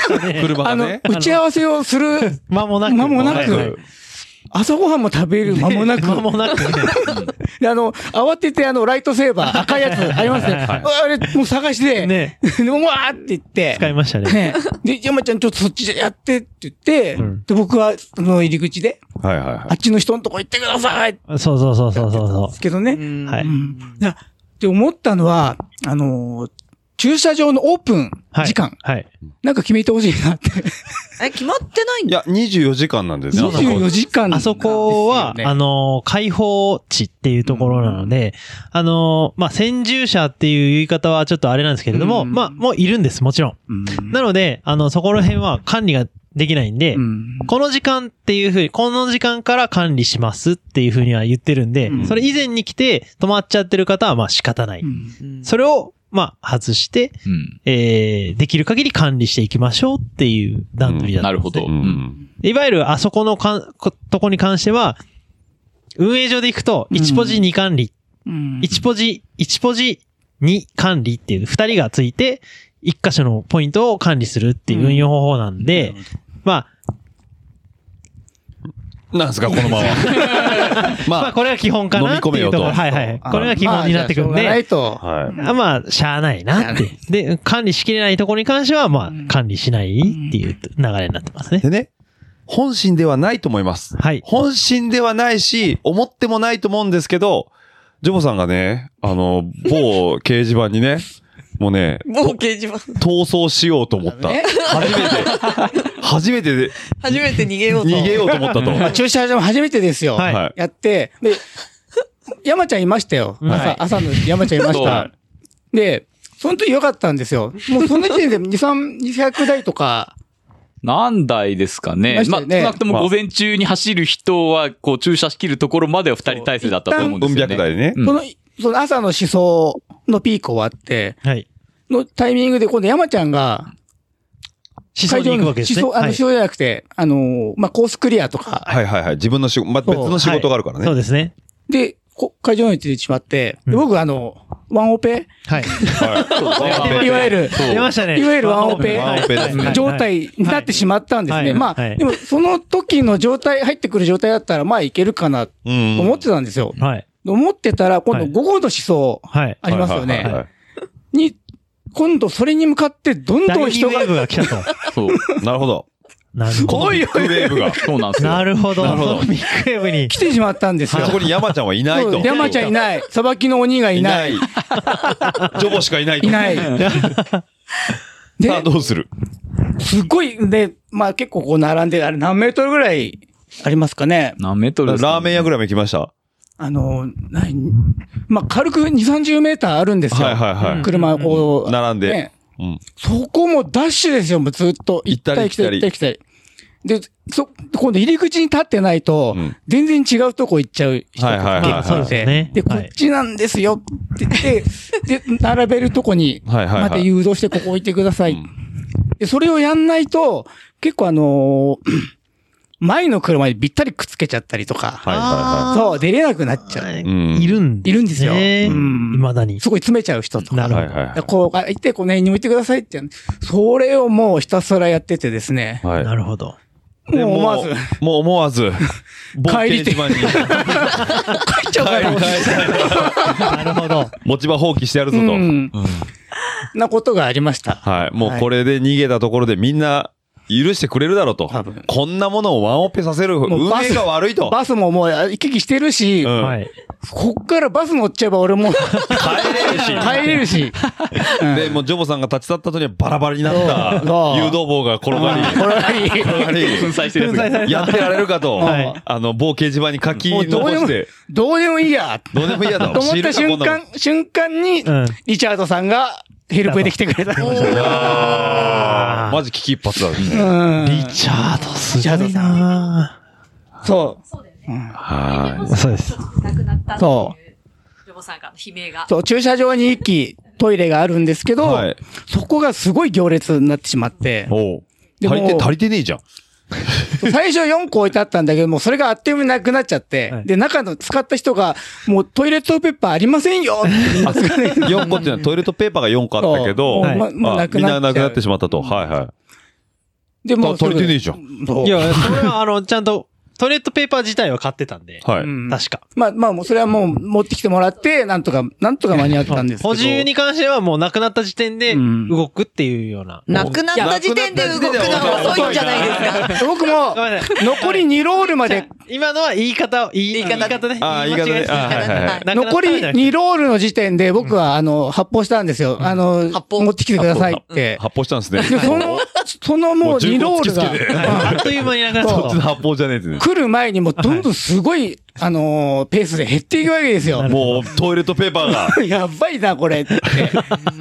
E: がね
H: あの、打ち合わせをする
F: 間もな
H: く。間もな
E: はい
H: く。朝ごはんも食べる間もなく。間も
F: なく。
H: で、あの、慌ててあの、ライトセーバー、赤いやつありますね。
F: はい
H: あれ、もう探して、
F: ね。
H: で、うわーって言って。
F: 使いましたね
H: ねで、山ちゃんちょっとそっちでやってって言って、で、僕は、その入り口で、
E: はいはいは
H: あっちの人のとこ行ってくださいって
F: そうそうそうそうそうそう。
H: けどね。
F: はい
H: うんなって思ったのは、あのー駐車場のオープン時間、
F: はい。
H: なんか決めてほしいなって。
J: え、決まってないん
E: いや、24時間なんですよ。
H: 24時間
F: あそこは、あの、開放地っていうところなので、あの、まあ、先住者っていう言い方はちょっとあれなんですけれども、まあ、もういるんです、もちろん。なので、あの、そこら辺は管理ができないんで、この時間っていうふうに、この時間から管理しますっていうふうには言ってるんで、それ以前に来て止まっちゃってる方はまあ仕方ない。それを、まあ外して、
C: うん
F: えーできる限り管理していきましょうっていう段取りだったんです、ね
C: うんなるほど
F: いわゆるあそこのかんことこに関しては、運営上で行くと、1ポジ2管理、1ポジ、1ポジ2管理っていう、2人がついて、1箇所のポイントを管理するっていう運用方法なんで、ま
E: なんですか、このまま。
F: あ、まあこれが基本かなっていうところ。
E: 飲み込め
F: はい
E: よと
F: はい。これが基本になってくるんで。
H: まあじゃあしょう
E: はい。
F: あまあ、しゃあないなって。で、管理しきれないところに関しては、まあ、管理しないっていう流れになってますね。
E: でね、本心ではないと思います。
F: はい。
E: 本心ではないし、思ってもないと思うんですけど、ジョボさんがね、あの、某掲示板にね、もうね、
I: 某掲示板。
E: 逃走しようと思った。初めてで、
I: 初めて逃げようと。
E: 逃げようと思ったと
H: まあ駐車場も初めてですよ。
E: はい
H: やって、で、山ちゃんいましたよ。
E: は
H: 朝
E: い、
H: 朝の山ちゃんいまし
E: は
H: た。で、その時良かったんですよ。もうその時 点で2、3、200台とか、
L: 何台ですかね。
H: いま
L: ま
H: した
L: あ、少
H: よね
L: なくとも午前中に走る人は、こう、駐車しきるところまでは二人体制だったと思うんですよね。400
E: 台ね。
H: その、その朝の思想のピーク終わって、
F: はい。
H: のタイミングで、今度山ちゃんが、
F: 思想に行くわけですね
H: 会場の思想あの、
F: はい
H: 思想じゃなくて、あのー、まあ、コースクリアとか、
E: はいはいはい。自分の仕事、まあ、別の仕事があるからね。
F: そうですね。
H: で、こ会場に行ってしまって、で僕あの、ワンオペ
F: はい。
H: いわゆる、
F: 出ましたね。
H: いわゆるワンオペ
F: ワンオペですね
H: 状態になってしまったんです
F: はい
H: ね。
F: はい
H: ま
F: は
H: あ、
F: い
H: でもその時の状態、入ってくる状態だったら、まあいけるかなと思ってたんですよ。
F: はい。
H: 思ってたら、今度午後の思想
F: はい。
H: ありますよ
E: はいはいはい
H: ね。に、今度それに向かってどんどん人が。
F: 第二ウェーブが来た と。
E: そう。なるほど。
F: なる
E: ほど。ビッグウェーブが。そうなんです
F: よなるほど
E: なるほど。
F: ビッグウェーブに。
H: 来てしまったんですよ。
E: そこに山ちゃんはいない
H: そ
E: と。
H: う山ちゃんいない。さばきの鬼がいない。
E: いジョボしかいないと。
H: いない
E: さあ、どうする
H: すっごい、で、まあ結構こう並んで、あれ何メートルぐらいありますかね。
L: 何メート
E: ルラーメン屋ぐらいまで来ました。
H: あの、ないまあ軽く2、30メーターあるんですよ。
E: はいはいはい
H: 車をこう、
E: 並んで
H: ね。
E: うん。
H: そこもダッシュですよ、もうずっと。行
E: ったり来たり
H: 行ったり来たり。で、そ、今度入り口に立ってないと、全然違うとこ行っちゃう人
E: はいはいはいはい
H: 結構
E: そ
H: い
E: うです
H: て
E: ね、
H: で、こっちなんですよって言って、で、並べるとこに、
E: はいはいはい
H: また誘導してここ置いてください。で、それをやんないと、結構あのー 前の車にぴったりくっつけちゃったりとか、
E: いはいはい
H: そう、出れなくなっちゃう。
E: い
F: るん
H: いるんですよ。
F: ね
H: うん。
F: 未だに。
H: すごい詰めちゃう人とか。
F: なるほど。
H: でこう、あ、行って、この辺に置いてくださいって。それをもうひたすらやっててですね。
E: はい。
F: なるほど。
H: もう思わず。
E: もう思わず。
H: 帰りて。
E: 某掲示板に
H: 帰っちゃうからもう
F: なるほ ど。
E: 持ち場放棄してやるぞと。
H: うんなことがありました。
E: はい。もうこれで逃げたところでみんな許してくれるだろうと。こんなものをワンオペさせる
H: も
E: 運
H: うバス
E: 営が悪いと。
H: バスももう行き来してるし、
E: んは
H: こっからバス乗っちゃえば俺も帰
E: れるし
H: 帰れるし。
E: で、もうジョボさんが立ち去った後にはバラバラになった
H: そうそう
E: 誘導棒が転がり、
H: 転
E: がり、
L: 粉砕してるやつが粉砕された
E: やってられるかと
L: はい、
E: あの、某掲示板に書き
H: もうどう
E: 残
H: でも
E: して、、
H: どうでもいいや。
E: どうでもいいやと
H: と思った
E: 知るか
H: 瞬
E: こんなも
H: 間、瞬間に、リチャードさんがヘルプで来てくれた。
E: あーマジ危機一髪だね。
F: リチャードすごいな
H: そう。
E: はい。
F: そうです。
H: そう。
I: ジョボさんからの悲鳴が。
H: そう、駐車場に一機トイレがあるんですけど、そこがすごい行列になってし まって。で
E: 足りて、
H: もう
E: 足りてねえじ ゃん。
H: 最初4個置いてあったんだけど、もうそれがあっという間になくなっちゃって、で、中の使った人が、もうトイレットペーパーありませんよって言うんですよね
E: 4個っていうのはトイレットペーパーが4個あったけど、
H: そうもうもう
E: あ
H: なく
E: みん
H: なっちゃ
E: な
H: う
E: なくなってしまったと。はいはい。
H: でも
E: た足りてねえじゃん。
F: いや、それはあの、ちゃんと、トイレットペーパー自体は買ってたんで。
E: はい。
F: 確か。
H: まあまあ、もうそれはもう持ってきてもらって、なんとか、なんとか間に合ったんですけど。
F: 補充に関してはもうなくなった時点で動くっていうような。
H: なくなった時点で動くのは遅いんじゃないですか僕も、残り2ロールまで。
F: 今のは言い方を、言い言い方ね。
E: ああ、言い方ね。あーはいはいはい。
H: 残り2ロールの時点で僕は、あの、発砲したんですよ。あの、持ってきてくださいって。
E: 発砲したんですね。
H: でそのそのもう
E: 銃
H: 2ロ
E: 口
H: ールが
E: 突きつけて
H: あっという間になくなった
E: そっちの発砲じゃねえってね。
H: 来る前にもうどんどんすごい、あのーペースで減っていくわけですよ。
E: もうトイレットペーパーが。
H: やばいな、これ。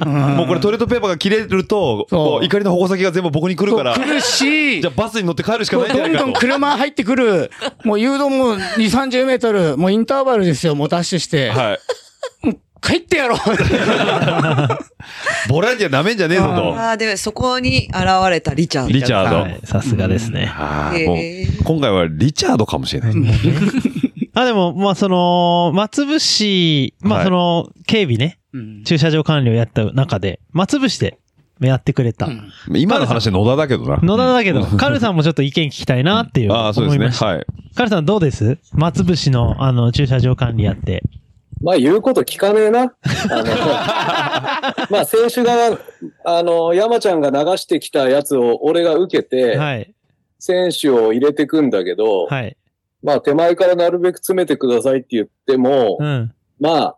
E: もうこれトイレットペーパーが切れると、こう怒りの矛先が全部僕に来るから。
H: そう来るし。
E: じゃあバスに乗って帰るしか
H: も
E: な
H: う
E: いんじゃな
H: ど
E: んいかと。
H: どん車入ってくる。もう誘導もう2、30メートル。もうインターバルですよ、もうダッシュして。
E: はい。
H: 帰ってやろう
E: ボランティア舐めんじゃねえぞと。
J: ああ、で、そこに現れたリチャード。
E: リチャ
F: は
E: ー
F: い
E: ド。
F: さすがですね。
E: はい。
J: へ
E: も
J: え
E: う、今回はリチャードかもしれない。
F: あ、でも、まあ、その、松伏、ま
E: は
F: あ、
E: い
F: その、警備ね、駐車場管理をやった中で、松伏でやってくれた。
E: 今の話は野田だけどな。
F: 野田だけど、カルさんもちょっと意見聞きたいなってい う。
E: ああ、そう
F: 思い
E: で
F: まし
E: す
F: た
E: ね。はい。
F: カルさんどうです松伏の、あの、駐車場管理やって。
G: まあ言うこと聞かねえな。あのまあ選手が、あの、山ちゃんが流してきたやつを俺が受けて、選手を入れてくんだけど、
F: はい。
G: まあ手前からなるべく詰めてくださいって言っても、
F: うん。
G: まあ、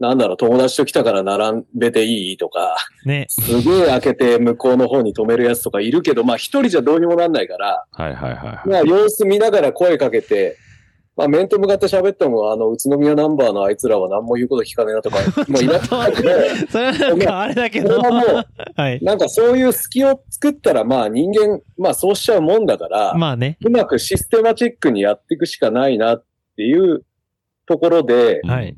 G: なんだろう、友達と来たから並べていいと か、
F: ね。
G: すげえ開けて向こうの方に止めるやつとかいるけど、まあ一人じゃどうにもなんないから、
E: はいはいはい。
G: まあ様子見ながら声かけて、まあ面と向かって喋っても、あの、宇都宮ナンバーのあいつらは何も言うこと聞かねえなと か、もういなくなるけど、
F: それはなんかあれだけ
G: それ
F: ど。
G: はもう、
F: はい。
G: なんかそういう隙を作ったら、まあ人間、まあそうしちゃうもんだから、
F: まあね。
G: うまくシステマチックにやっていくしかないなっていうところで、
F: はい。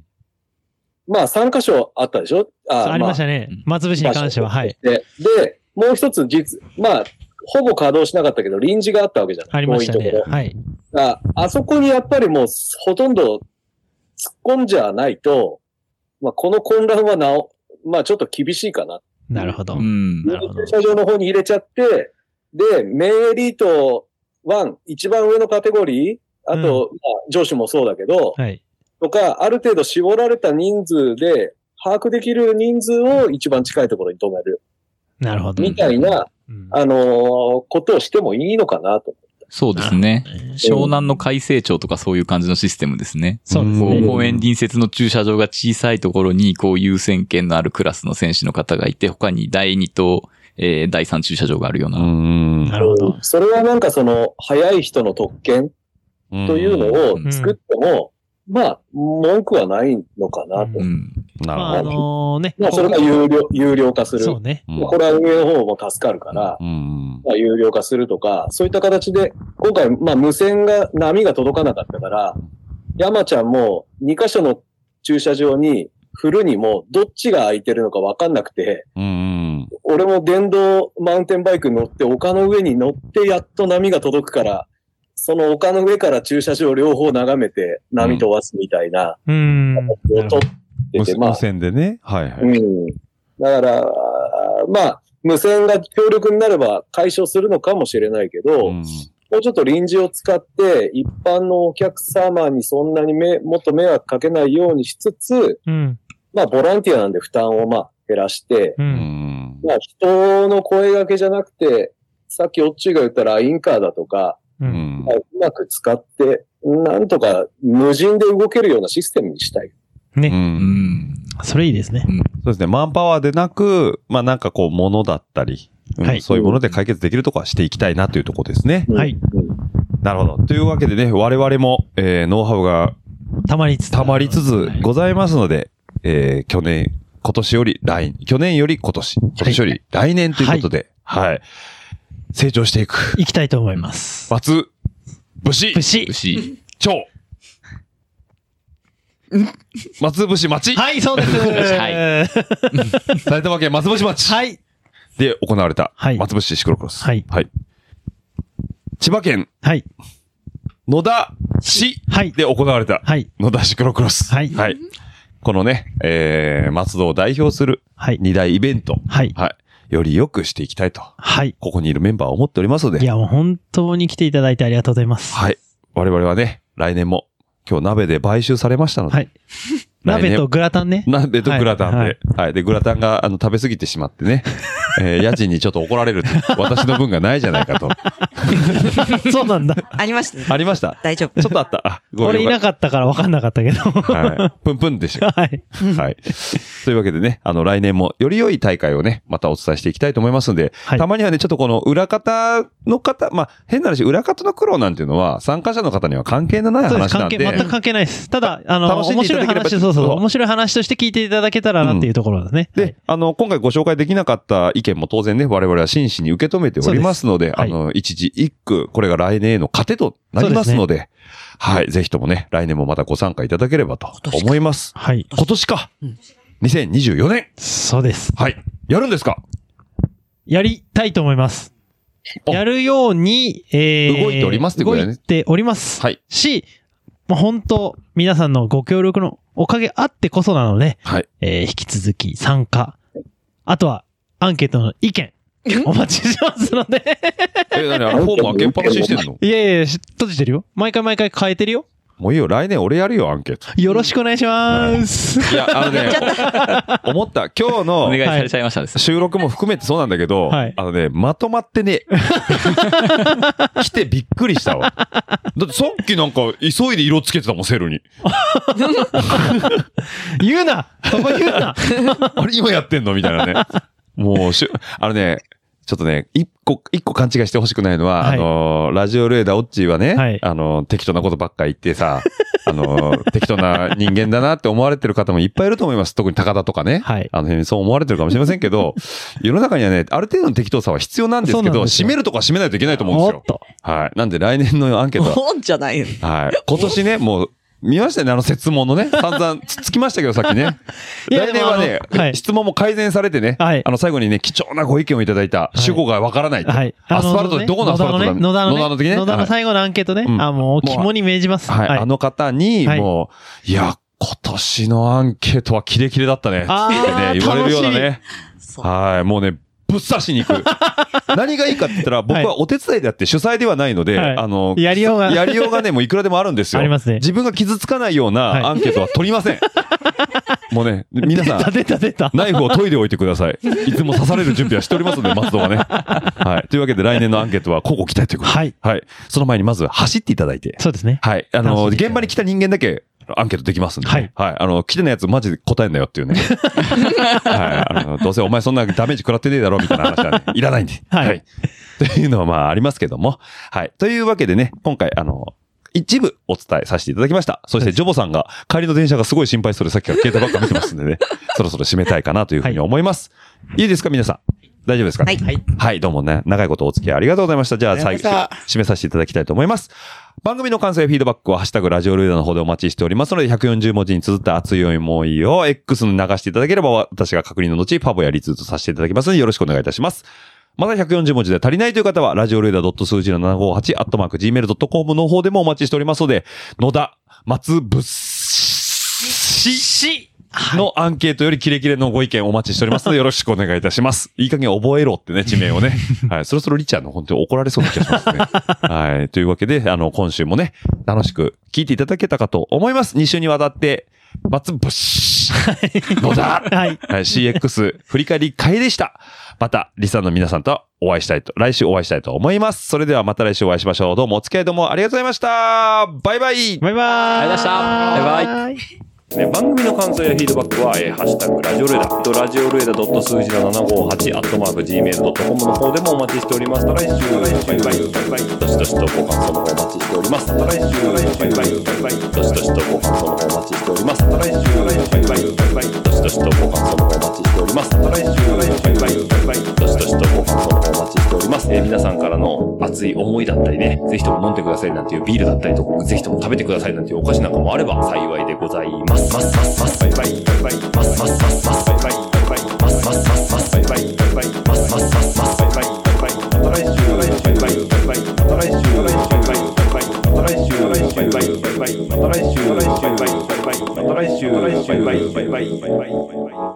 G: まあ3箇所あったでしょ
F: そうありました
G: ね。
F: ね。松伏に関しては、はい。
G: で、でもう一つ実、まあ、ほぼ稼働しなかったけど、臨時があったわけじゃない
F: ありました
G: 遠い
F: ね
G: とこ。ろ。
F: はい。
G: ああそこにやっぱりもうほとんど突っ込んじゃないと、まあこの混乱はなお、まあちょっと厳しいかな。
F: なるほど。
L: な
F: るほ
G: 駐
F: ど。
G: 車場の方に入れちゃって、で、メインエリート1、一番上のカテゴリー、あと、まあ上司もそうだけど、
F: はい。
G: とか、ある程度絞られた人数で、把握できる人数を一番近いところに止める。
F: なるほど。
G: みたいな、あのーことをしてもいいのかなと。
L: そうですね。湘南の海成町とかそういう感じのシステムですね。
F: そうですね
L: こう公園隣接の駐車場が小さいところに、こう優先権のあるクラスの選手の方がいて、他に第2と、えー第3駐車場があるような。
F: なるほど。
G: それはなんかその、早い人の特権というのを作っても、まあ、文句はないのかなと。
E: な
F: まあ、あのね。
G: まあ、それが有料有料化する。
F: そうね
G: まあこれは上の方も助かるから、まあ、有料化するとか、そういった形で、今回、まあ、無線が、波が届かなかったから、山ちゃんも2箇所の駐車場に、フルにもうどっちが空いてるのかわかんなくて、
E: うん。
G: 俺も電動マウンテンバイクに乗って、丘の上に乗ってやっと波が届くから、その丘の上から駐車場両方眺めて波飛ばすみたいな、
F: うん。
G: を取ってて、まあ
E: 無、線でね。はいはい。
G: うん。だから、まあ、無線が強力になれば解消するのかもしれないけど、もうちょっと臨時を使って、一般のお客様にそんなにめもっと迷惑かけないようにしつつ、
F: うん。
G: まあ、ボランティアなんで負担をまあ、減らして、
E: うん。
G: まあ、人の声掛けじゃなくて、さっきオッチーが言ったラインカーだとか、
E: うん。
G: まあうまく使って、なんとか無人で動けるようなシステムにしたい。
F: ね。
E: うん。
F: それいいですね。
E: そうですね。マンパワーでなく、まあなんかこう、ものだったり、うんそういうもので解決できるとこはしていきたいなというところですね。
F: はい。
E: なるほど。というわけでね、我々も、えーノウハウが、
F: たまりつつ。
E: たまりつつございますので、えー去年、今年より来、去年より今年、今年より来年ということで、はい。成長していく。
F: いきたいと思います。
E: 松、武士。武
F: 士。
E: 武士。蝶。松伏町。
F: はい、そうです。はい。
E: 埼玉県松伏町。
F: はい。
E: で行われた、松伏シクロクロス。はい。千葉県、
F: はい。
E: 野田市で行われた、野田シクロクロス。はい。このね、えー、松戸を代表する、二大イベント。
F: はい。
E: より良くしていきたいと。
F: はい。
E: ここにいるメンバーを思っておりますので。
F: いや、もう本当に来ていただいてありがとうございます。
E: はい。我々はね、来年も、今日鍋で買収されましたので。
F: 鍋とグ
E: ラ
F: ラタンね。
E: 鍋とグラタンで。は。
F: はいい
E: で、グラタンが、あの、食べ過ぎてしまってね。えー家賃にちょっと怒られると。私の分がないじゃないかと。
F: そうなんだ。
J: ありました。
E: ありました。
J: 大丈
E: 夫。ちょっとあった。あごめ
F: 俺
E: ん
F: い
E: よ
F: なかったから分かんなかったけど。
E: はい。プンプンで した。
F: はい。
E: はい。というわけでね、あの、来年もより良い大会をね、またお伝えしていきたいと思いますんで、たまにはね、ちょっとこの裏方の方、まあ、変な話、裏方の苦労なんていうのは、参加者の方には関係のない
F: そうで
E: 話
F: す。
E: なん
F: 関
E: で、
F: 係、全く関係ないです。ただ、あの、
E: 楽しんで
F: 面
E: いた
F: 白
E: だ
F: い
E: ければ
F: 話、そうそう、
E: そう
F: 面白い話として聞いていただけたらなっていうところですね。
E: で、あの、今回ご紹介できなかった意見も当然ね、我々は真摯に受け止めておりますので、あの、一時一句、これが来年への糧となりますので、はい、ぜひともね、来年もまたご参加いただければと思います。
F: はい。
E: 今年か。2024年。
F: そうです。
E: はい。やるんですか
F: やりたいと思います。やるように、えー
E: 動いておりますってことだよね
F: 動いております。
E: はい。
F: し、まあ、本当皆さんのご協力のおかげあってこそなので、
E: はい。
F: えー引き続き参加。あとは、アンケートの意見。お待ちしてますので。
E: え、何フォーム開けっ ぱなしにしてんの
F: いやいや、し閉じてるよ。毎回毎回変えてるよ。
E: もういいよ、来年俺やるよ、アンケート。
F: よろしくお願いします。
E: い や、あのね、思った。今日の、 お願い
L: されちゃいました
E: 収録も含めてそうなんだけど、あのね、まとまってねえ。 来てびっくりしたわ。だってさっきなんか急いで色つけてたもん、セルに。
F: 言うなそこ言 うな
E: あれ、今やってんのみたいなね。もうしゅ、あのね、ちょっとね、一個、一個勘違いしてほしくないのは、あのー、ラジオレーダーオッチーはね、あのー、適当なことばっか言ってさ、あのー、 適当な人間だなって思われてる方もいっぱいいると思います。特に高田とかね。あの辺そう思われてるかもしれませんけ ど、世の中にはね、ある程度の適当さは必要なんです
J: そう
E: け
J: なん
E: ど、
J: です
E: 締
J: よ
E: めるとか締めないといけないと思うんですよ。はい。なんで来年のアンケー トは
J: 本じゃないよ。
E: はい。今年ね、もう、見ましたよね、あの説問のね。散々つつきましたけど、さっきね。来年はね、質問も改善されてね、あの、最後にね、貴重なご意見をいただいた、主語がわからないと。アスファルトで、どこのアスファルトだ
F: ね野田のね、
E: 野田の時ね。
F: 野田の最後のアンケートね。あ、もう肝に銘じます。
E: はい。はいあの方に、
F: はい
E: もう、いや、今年のアンケートはキレキレだったね。
F: あー
E: ってね、言われるようなね
F: 楽。
E: はい。もうね、ぶっ刺しに 行く。何がいいかって言ったら、僕はお手伝いであって主催ではないので、
F: はい
E: あの、
F: やりようが
E: やりようがね、もういくらでもあるんですよ。
F: ありますね
E: 自分が傷つかないようなアンケートは取りませ ん。もうね、皆さん、
F: 出た出た。
E: ナイフを研いでおいてくだ さい。いつも刺される準備はしておりますので、松戸はね。はい。というわけで来年のアンケートはここ期待ということで。はい。その前にまず走っていただいて。
F: そうですね。
E: はい。あの、現場に来た人間だけアンケートできますんで。はい。あの、来てないやつマジで答えんなよ っていうね。はい。あの、どうせお前そんなダメージ食らってねえだろみたいな話はね、いらないんで。はい。 というのはまあありますけども。はい。というわけでね、今回あの、一部お伝えさせていただきました。そして、ジョボさんが、帰りの電車がすごい心配そうで、さっきから携帯ばっか見てますんでね、そろそろ締めたいかなというふうに思います。い、いですか、皆さん。大丈夫ですかね
J: はい。
E: はい、どうもね、長いことお付き合いありがとうございました。じゃあ、最後、締めさせていただきたいと思います。番組の感想やフィードバックは、ハッシュタグラジオルーダーの方でお待ちしておりますので、140文字に綴った熱い思いを X に流していただければ、私が確認の後、パボやリツイートさせていただきますので、よろしくお願いいたします。また140文字で足りないという方は、ラジオレーダー数字の758、アットマーク、gmail.com の方でもお待ちしておりますので、野田、松ぶっし、のアンケートよりキレキレのご意見お待ちしており ますので、よろしくお願いいたします。いい加減覚えろってね、地名をね。はい、そろそろリちゃんの本当に怒られそうな気がし ますね。はい、というわけで、あの、今週もね、楽しく聞いていただけたかと思います。2週にわたって、松ぶっし、野田、
F: はい。
E: CX 振り返り会でした。また、リサの皆さんとお会いしたいと、来週お会いしたいと思います。それではまた来週お会いしましょう。どうもお付き合いどうもありがとうございました。バイバイ。
F: バイバイ。
E: ありがとうございました。バイバイ。
B: ね、番組の感想やフィードバックは、えーハッシュタグラジオルエダ、えっとラジオルエダ数字の758、アットマーク、gmail.com の方でもお待ちしております。また来週、バイバイ、バイバイ、どしどしとご感想の方お待ちしております。また来週、バイバイ、バイバイ、どしどしとご感想の方お待ちしております。また来週、バイバイ、バイバイ、どしどしとご感想の方お待ちしております。また来週、バイバイ、バイバイ、どしどしとご感想の方お待ちしております。えー皆さんからの熱い思いだったりね、ぜひとも飲んでくださいなんていうビールだったりとか、ぜひとも食べてくださいなんていうお菓子なんかもあれば幸いでございます。ますますますバイバイバイバイますますますますバイバイバイバイますますますますバイバイバイバイますますますますバイバイバイバイまた来週バイバイバイバイまた来週バイバイバイバイまた来週バイバイバイバイまた来週バイバイバイバイまた来週バイバイバイバイバイバイバイバイ